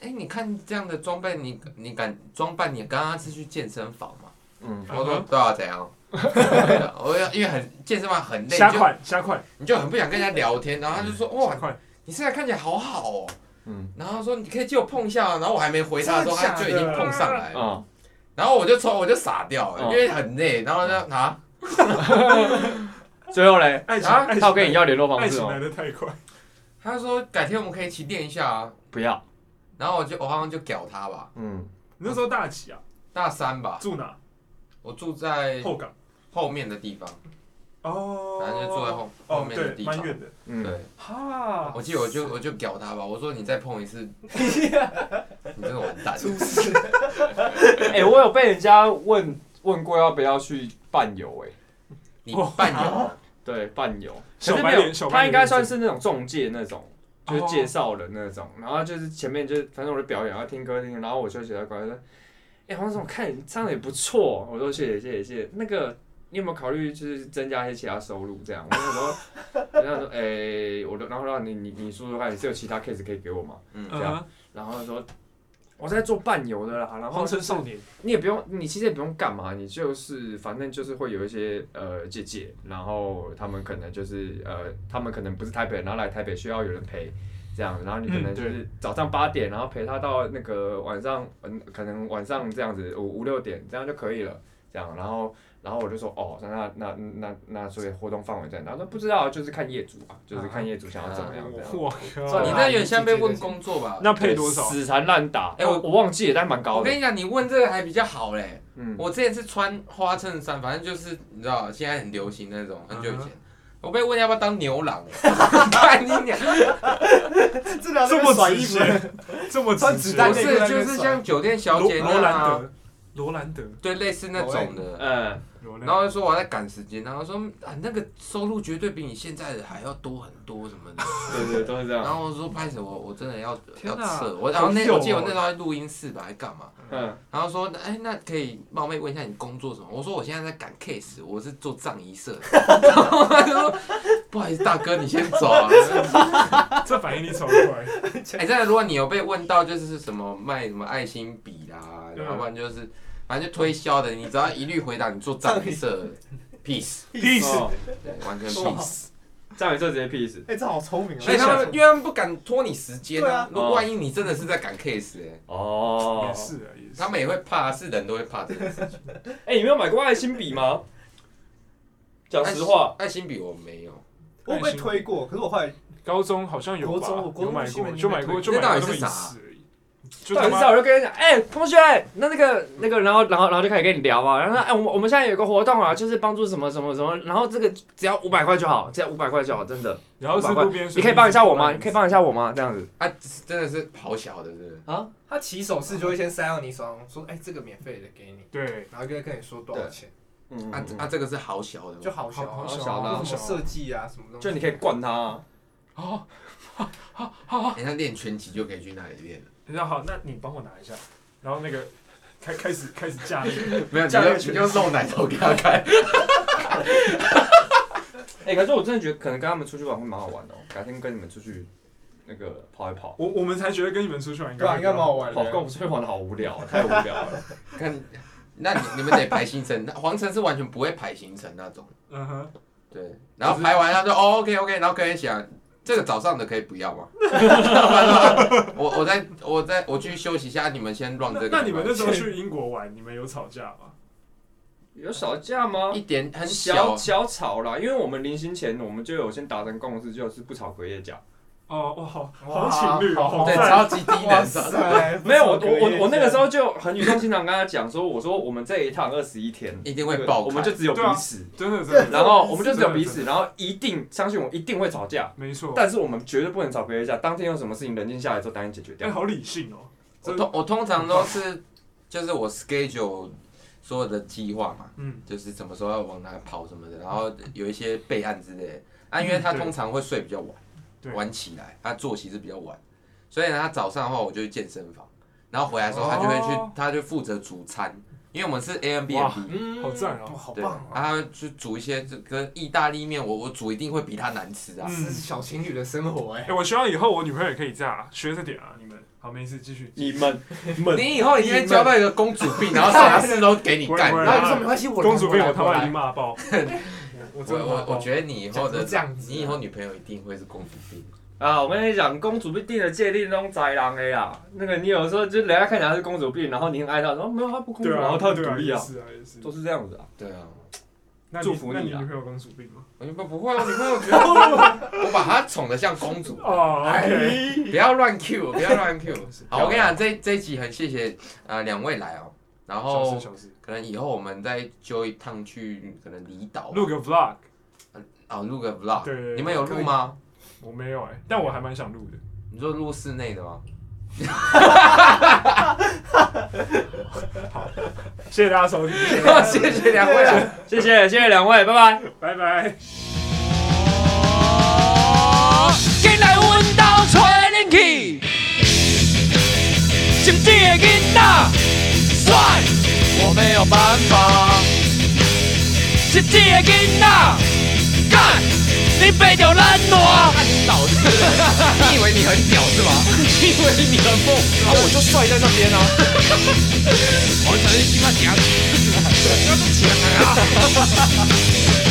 Speaker 1: 哎、你看这样的装备，你你敢装扮？你刚刚是去健身房吗？”
Speaker 3: 嗯，
Speaker 1: 我说
Speaker 4: 嗯：“
Speaker 1: 对啊，怎样？” (laughs) 我要因为很健身房很累，
Speaker 4: 瞎
Speaker 1: 你就
Speaker 4: 款瞎款
Speaker 1: 你就很不想跟人家聊天，然后他就说：“
Speaker 4: 瞎
Speaker 1: 哇，
Speaker 4: 款，
Speaker 1: 你现在看起来好好哦。”
Speaker 3: 嗯，
Speaker 1: 然后说：“你可以借我碰一下啊。”然后我还没回他的时候，
Speaker 6: 真的
Speaker 1: 他
Speaker 6: 假的
Speaker 1: 就已经碰上
Speaker 6: 哎
Speaker 1: 来了。
Speaker 3: 嗯，
Speaker 1: 然后我就抽，我就傻掉了，
Speaker 3: 嗯
Speaker 1: 因为很累。然后就啊，
Speaker 3: 最后嘞，
Speaker 4: 爱情
Speaker 1: 啊
Speaker 6: 哎
Speaker 4: 爱情
Speaker 3: 他有跟你要联络
Speaker 4: 爱
Speaker 3: 方式
Speaker 4: 情
Speaker 3: 哦
Speaker 4: 来，的太快，
Speaker 1: 他说改天我们可以一起练一下啊。
Speaker 3: 不要，
Speaker 1: 然后我就我好像就屌他吧，
Speaker 3: 嗯，
Speaker 4: 你那时候大几啊？
Speaker 1: 大三吧，
Speaker 4: 住哪？
Speaker 1: 我住在
Speaker 4: 后港
Speaker 1: 后面的地方，
Speaker 4: 哦，
Speaker 1: 哎反正就住在后后
Speaker 4: 哦
Speaker 1: 面的
Speaker 4: 对，
Speaker 1: 地
Speaker 4: 蛮
Speaker 1: 方。
Speaker 4: 远的
Speaker 3: 嗯，
Speaker 1: 对，
Speaker 4: 哈。
Speaker 1: 我记得我
Speaker 6: 哦
Speaker 1: 就我就屌他吧，我说你再碰一次，
Speaker 6: (laughs)
Speaker 1: 你真的完蛋。
Speaker 6: 出事，
Speaker 3: 哎，我有被人家问问过要不要去伴游，哎，
Speaker 1: 你伴游，
Speaker 3: 对，伴游，
Speaker 4: 小
Speaker 3: 可是
Speaker 4: 白
Speaker 3: 没有
Speaker 4: 脸小白
Speaker 3: 他
Speaker 4: 脸
Speaker 3: 应该
Speaker 4: 认
Speaker 3: 算
Speaker 4: 识
Speaker 3: 是那种中介那种，就是
Speaker 4: 哦
Speaker 3: 介绍人那种。然后就是前面就是反正我的表演，然后听歌听，然后我就写在过来说，哎、黄总，我看你唱的也不错，哦我说谢谢谢谢谢谢。那个你有没有考虑就是增加一些其他收入这样？我就说，我就说，哎、我就然后让你你你说说看，你是有其他 case 可以给我吗？
Speaker 1: 嗯，
Speaker 3: 这样
Speaker 4: 嗯，
Speaker 3: 然后他说。我在做伴游的啦，然后
Speaker 4: 黄城少年，
Speaker 3: 你也不用，你其实也不用干嘛，你就是反正就是会有一些呃姐姐，然后他们可能就是呃，他们可能不是台北人，然后来台北需要有人陪，这样，然后你可能
Speaker 4: 嗯
Speaker 3: 就
Speaker 4: 对
Speaker 3: 是早上八点，然后陪他到那个晚上，嗯，可能晚上这样子五五六点这样就可以了，这样，然后然后我就说哦，那那那那那所以活动范围在哪？他说不知道，就是看业主啊，就是看业主想要怎么样这样。
Speaker 4: 啊
Speaker 1: 嗯
Speaker 4: 我
Speaker 6: 算
Speaker 1: 你
Speaker 4: 靠，
Speaker 6: 了
Speaker 1: 那有点像被问工作吧？
Speaker 4: 那配多少？
Speaker 3: 死缠烂打，哎、
Speaker 1: 哎
Speaker 3: 我
Speaker 1: 我
Speaker 3: 我忘记了，但蛮高
Speaker 1: 我
Speaker 3: 的
Speaker 1: 跟。你讲，你问这个还比较好嘞。
Speaker 3: 嗯，
Speaker 1: 我之前是穿花衬衫，反正就是你知道，现在很流行那种，很久以
Speaker 4: 嗯
Speaker 1: 前。我被问要不要当牛郎， (laughs) 看你娘！
Speaker 6: (laughs) 这两
Speaker 4: 这
Speaker 6: 个
Speaker 4: 么
Speaker 6: 甩
Speaker 4: 直
Speaker 6: 衣服，
Speaker 4: 接，这么
Speaker 6: 穿
Speaker 4: 直
Speaker 6: 子
Speaker 4: 接
Speaker 6: 弹
Speaker 1: 不
Speaker 6: 内
Speaker 1: 是
Speaker 6: 裤在那边
Speaker 1: 就是
Speaker 6: 甩
Speaker 1: 像酒店小
Speaker 4: 罗
Speaker 1: 姐
Speaker 4: 罗
Speaker 1: 那样
Speaker 4: 兰哦哎
Speaker 1: 啊，
Speaker 4: 德，罗兰德，
Speaker 1: 对，类似那种的。
Speaker 3: 嗯，
Speaker 4: 罗
Speaker 1: 然
Speaker 4: 兰德，
Speaker 1: 后就说我在赶时间，然后说啊那个收入绝对比你现在的还要多很多什么
Speaker 4: (laughs)
Speaker 1: 的。
Speaker 3: 对对，都是这样
Speaker 1: 然。后我说拍什么？我真的要
Speaker 4: 天
Speaker 1: 要
Speaker 4: 哪
Speaker 1: 撤。我然后
Speaker 4: 好
Speaker 1: 那
Speaker 4: 秀哦
Speaker 1: 我记得我那时候在录音室吧，还干嘛？
Speaker 3: 嗯。
Speaker 1: 然后说哎那可以冒昧问一下你工作什么？我说我现在在赶 case，我是做葬仪社的。
Speaker 6: (laughs)
Speaker 1: 然后他就说不好意思大哥，你先走啊。
Speaker 4: (laughs) 这反应力超快，
Speaker 1: 哎，真的，如果你有被问到就是什么卖什么爱心笔啦，
Speaker 4: 对啊
Speaker 1: 要
Speaker 6: 嗯
Speaker 1: 不然就是反正就推销的，你只要一律回答你做葬仪社
Speaker 6: (laughs)
Speaker 1: 的 peace，
Speaker 4: 意思
Speaker 3: 哦，
Speaker 1: 对完全
Speaker 6: 哇
Speaker 1: peace。
Speaker 3: 这样也是直接 peace。
Speaker 6: 哎，这好聪明啊！
Speaker 1: 所以他们因为他们不敢拖你时间
Speaker 6: 对
Speaker 1: 啊
Speaker 6: 啊，
Speaker 1: 如果万一你真的是在赶 case 哎、
Speaker 3: 哦
Speaker 4: 也，是啊，也是。
Speaker 1: 他们也会怕，是人都会怕这个。
Speaker 3: 哎、你没有买过爱心笔吗？讲实话，
Speaker 1: 爱心笔我没有，
Speaker 6: 我被推过，可是我后来
Speaker 4: 高中好像有
Speaker 6: 国
Speaker 4: 吧
Speaker 6: 中我，国
Speaker 4: 有
Speaker 6: 中
Speaker 4: 买
Speaker 6: 新
Speaker 4: 过，
Speaker 6: 闻
Speaker 4: 就买过，就买
Speaker 1: 那
Speaker 4: 过
Speaker 1: 到
Speaker 4: 那
Speaker 1: 底
Speaker 4: 么一
Speaker 1: 是啥
Speaker 4: 次而已。就
Speaker 3: 到
Speaker 4: 他
Speaker 3: 很
Speaker 4: 妈
Speaker 3: 少就跟你讲，哎、同学，那那个那个，然后然后然后就开始跟你聊啊，然后说哎、我们我们现在有个活动啊，就是帮助什么什么什么，然后这个只要五百块就好，只要五百块就好，真的。
Speaker 4: 然后是路边，
Speaker 3: 你可以帮一下我吗？你可以帮一下我吗？这样子。
Speaker 1: 啊，真的是咆哮的，是
Speaker 3: 啊，
Speaker 6: 他起手式就会先塞到你手上，说：“哎，这个免费的给你。”
Speaker 4: 对，
Speaker 6: 然后就会跟你说多少钱。
Speaker 3: 嗯
Speaker 1: 啊啊，这个是好小的
Speaker 6: 就
Speaker 1: 嘛，
Speaker 6: 好小
Speaker 4: 好哦
Speaker 6: 啊，
Speaker 3: 小
Speaker 6: 小
Speaker 3: 的啊
Speaker 6: 什么设计啊，什么东西，
Speaker 3: 就你可以灌他啊，
Speaker 1: 人家练拳击就可以去那里练了，
Speaker 4: 你说好，那你帮我拿一下，然后那个开开始开始架那个，
Speaker 1: (laughs) 没有你
Speaker 4: 架那
Speaker 1: 就
Speaker 4: 个拳
Speaker 1: 你就露奶头给他看，
Speaker 3: 哎、可是我真的觉得可能跟他们出去玩会蛮好玩的、哦，改天跟你们出去那个跑一跑。
Speaker 4: 我我们才觉得跟你们出去玩应
Speaker 6: 对
Speaker 4: 该
Speaker 6: 啊，
Speaker 4: 会
Speaker 6: 应
Speaker 4: 比
Speaker 6: 该
Speaker 4: 较
Speaker 6: 蛮好玩
Speaker 3: 跑跟我
Speaker 6: 的。
Speaker 3: 们出去玩的好无聊、啊，太无聊 (laughs) 了。
Speaker 1: (laughs) 看，那你你们得排行程，那黄晨是完全不会排行程那种，
Speaker 4: 嗯哼，
Speaker 1: 对，然后排完他就哦 OK OK，然后可以想这个早上的可以不要 (laughs) 吗？我我再我再我去休息一下，你们先 run 这
Speaker 4: 那
Speaker 1: 个。
Speaker 4: 那你们那时候去英国玩，你们有吵架吗？
Speaker 3: 有啊吵架吗
Speaker 1: 一？点很
Speaker 3: 小
Speaker 1: 小，
Speaker 3: 小吵啦，因为我们临行前我们就有先达成共识，就是不吵隔夜架。
Speaker 4: 哦，哇，好
Speaker 6: 哇
Speaker 4: 好情侣哦，好
Speaker 1: 对，
Speaker 4: 赞
Speaker 1: 超级低
Speaker 6: 哇
Speaker 1: 能
Speaker 6: 塞
Speaker 1: 的，，
Speaker 3: 没有，我我我我那个时
Speaker 6: 候
Speaker 3: 候就很语重心长跟他讲说，我说我们这一趟二十一天
Speaker 1: 一定会爆开
Speaker 3: 我们就只有彼此，
Speaker 4: 真的真的，
Speaker 3: 然后我们就只有彼
Speaker 4: 啊真
Speaker 3: 此，
Speaker 4: 的
Speaker 3: 然后一定相信我一定会吵架，
Speaker 4: 没错，
Speaker 3: 但是我们绝对不能吵隔夜架。当天有什么事情冷静下来之后，当天解决掉
Speaker 4: 哎，。好理性哦，
Speaker 1: 我通我通常都是就是我 schedule 所有的计划嘛，
Speaker 4: 嗯，
Speaker 1: 就是什么时候要往哪跑什么的，然后有一些备案之类的。啊，因为他
Speaker 4: 嗯对
Speaker 1: 通常会睡比较
Speaker 4: 对
Speaker 1: 晚，晚起来，他作息是比较晚，所以呢，他早上的话我就去健身房，然后回来的时候他就会去，
Speaker 4: 哦
Speaker 1: 他就负责煮餐，因为我们是 A M B
Speaker 4: 哇
Speaker 1: N B，
Speaker 6: 嗯
Speaker 4: 好赞哦
Speaker 6: 哇好
Speaker 1: 对，
Speaker 6: 棒
Speaker 1: 然后
Speaker 6: 啊！
Speaker 1: 他会去煮一些这个意大利面，我我煮一定会比他难吃啊
Speaker 6: 这，
Speaker 4: 嗯
Speaker 6: 是小情侣的生活哎
Speaker 4: 哎，，我希望以后我女朋友也可以这样啊学着点啊，你们好，没事，继续，
Speaker 3: 你们
Speaker 4: (laughs)
Speaker 3: 嗯你们
Speaker 1: 你以后一定会交到一个公主病，然后什么事都给你干
Speaker 4: 不。会
Speaker 6: 然后
Speaker 4: 不会
Speaker 6: 你说没关系，我来
Speaker 4: 公主被我他妈
Speaker 6: 来
Speaker 4: 已
Speaker 6: 来
Speaker 4: 经骂爆， (laughs) 我
Speaker 1: 我
Speaker 4: 真的骂
Speaker 1: 我
Speaker 4: 爆
Speaker 1: 我觉得你以后的
Speaker 6: 讲成这样子啊
Speaker 1: 你以后女朋友一定会是公主病。
Speaker 3: 啊，我跟你讲，公主病定的界定中宅狼 A 啦。那个你有时候就人家看起来是公主病，然后你很爱她，说没有她不公主，
Speaker 4: 对啊，
Speaker 3: 然后她很
Speaker 4: 对
Speaker 3: 独立
Speaker 4: 也
Speaker 3: 啊，
Speaker 4: 是啊，也是
Speaker 3: 都。是这样子啊。
Speaker 1: 对啊，
Speaker 4: 那
Speaker 3: 祝福
Speaker 4: 那
Speaker 3: 你
Speaker 4: 你
Speaker 3: 啊
Speaker 4: 女朋友公主病吗？
Speaker 1: 我女朋友不会啊，我女朋友觉得 (laughs) 我我把她宠得像公主，
Speaker 4: 哦，OK，
Speaker 1: 不要乱 Q，不要乱
Speaker 4: (laughs)
Speaker 1: Q。好，我跟你
Speaker 3: 漂
Speaker 1: 讲，这这一集很谢谢呃两位来哦，然
Speaker 4: 小
Speaker 1: 后
Speaker 4: 事小事，
Speaker 1: 可能以后我们再揪一趟去可能离岛
Speaker 4: 录个 vlog，
Speaker 1: 啊录个 vlog，
Speaker 4: 对对对
Speaker 1: 你们有录吗？
Speaker 4: 我没有哎，但我还蛮想录的。
Speaker 1: 你说录室内的
Speaker 4: (laughs)
Speaker 1: 吗？
Speaker 4: 谢谢大家收听，谢谢大家收
Speaker 1: 谢谢两位啊来。
Speaker 3: 谢谢谢谢两位，拜拜。
Speaker 4: (laughs) 听拜拜。
Speaker 5: 哦，进来阮兜找恁去，心机的囡仔，帅，我没有办法。心机的囡仔，干，你背着咱烂。老子，你以为你很屌是吗？你以为你很猛？啊，我就帅在那边啊。我才是鸡巴强，不要都强啊！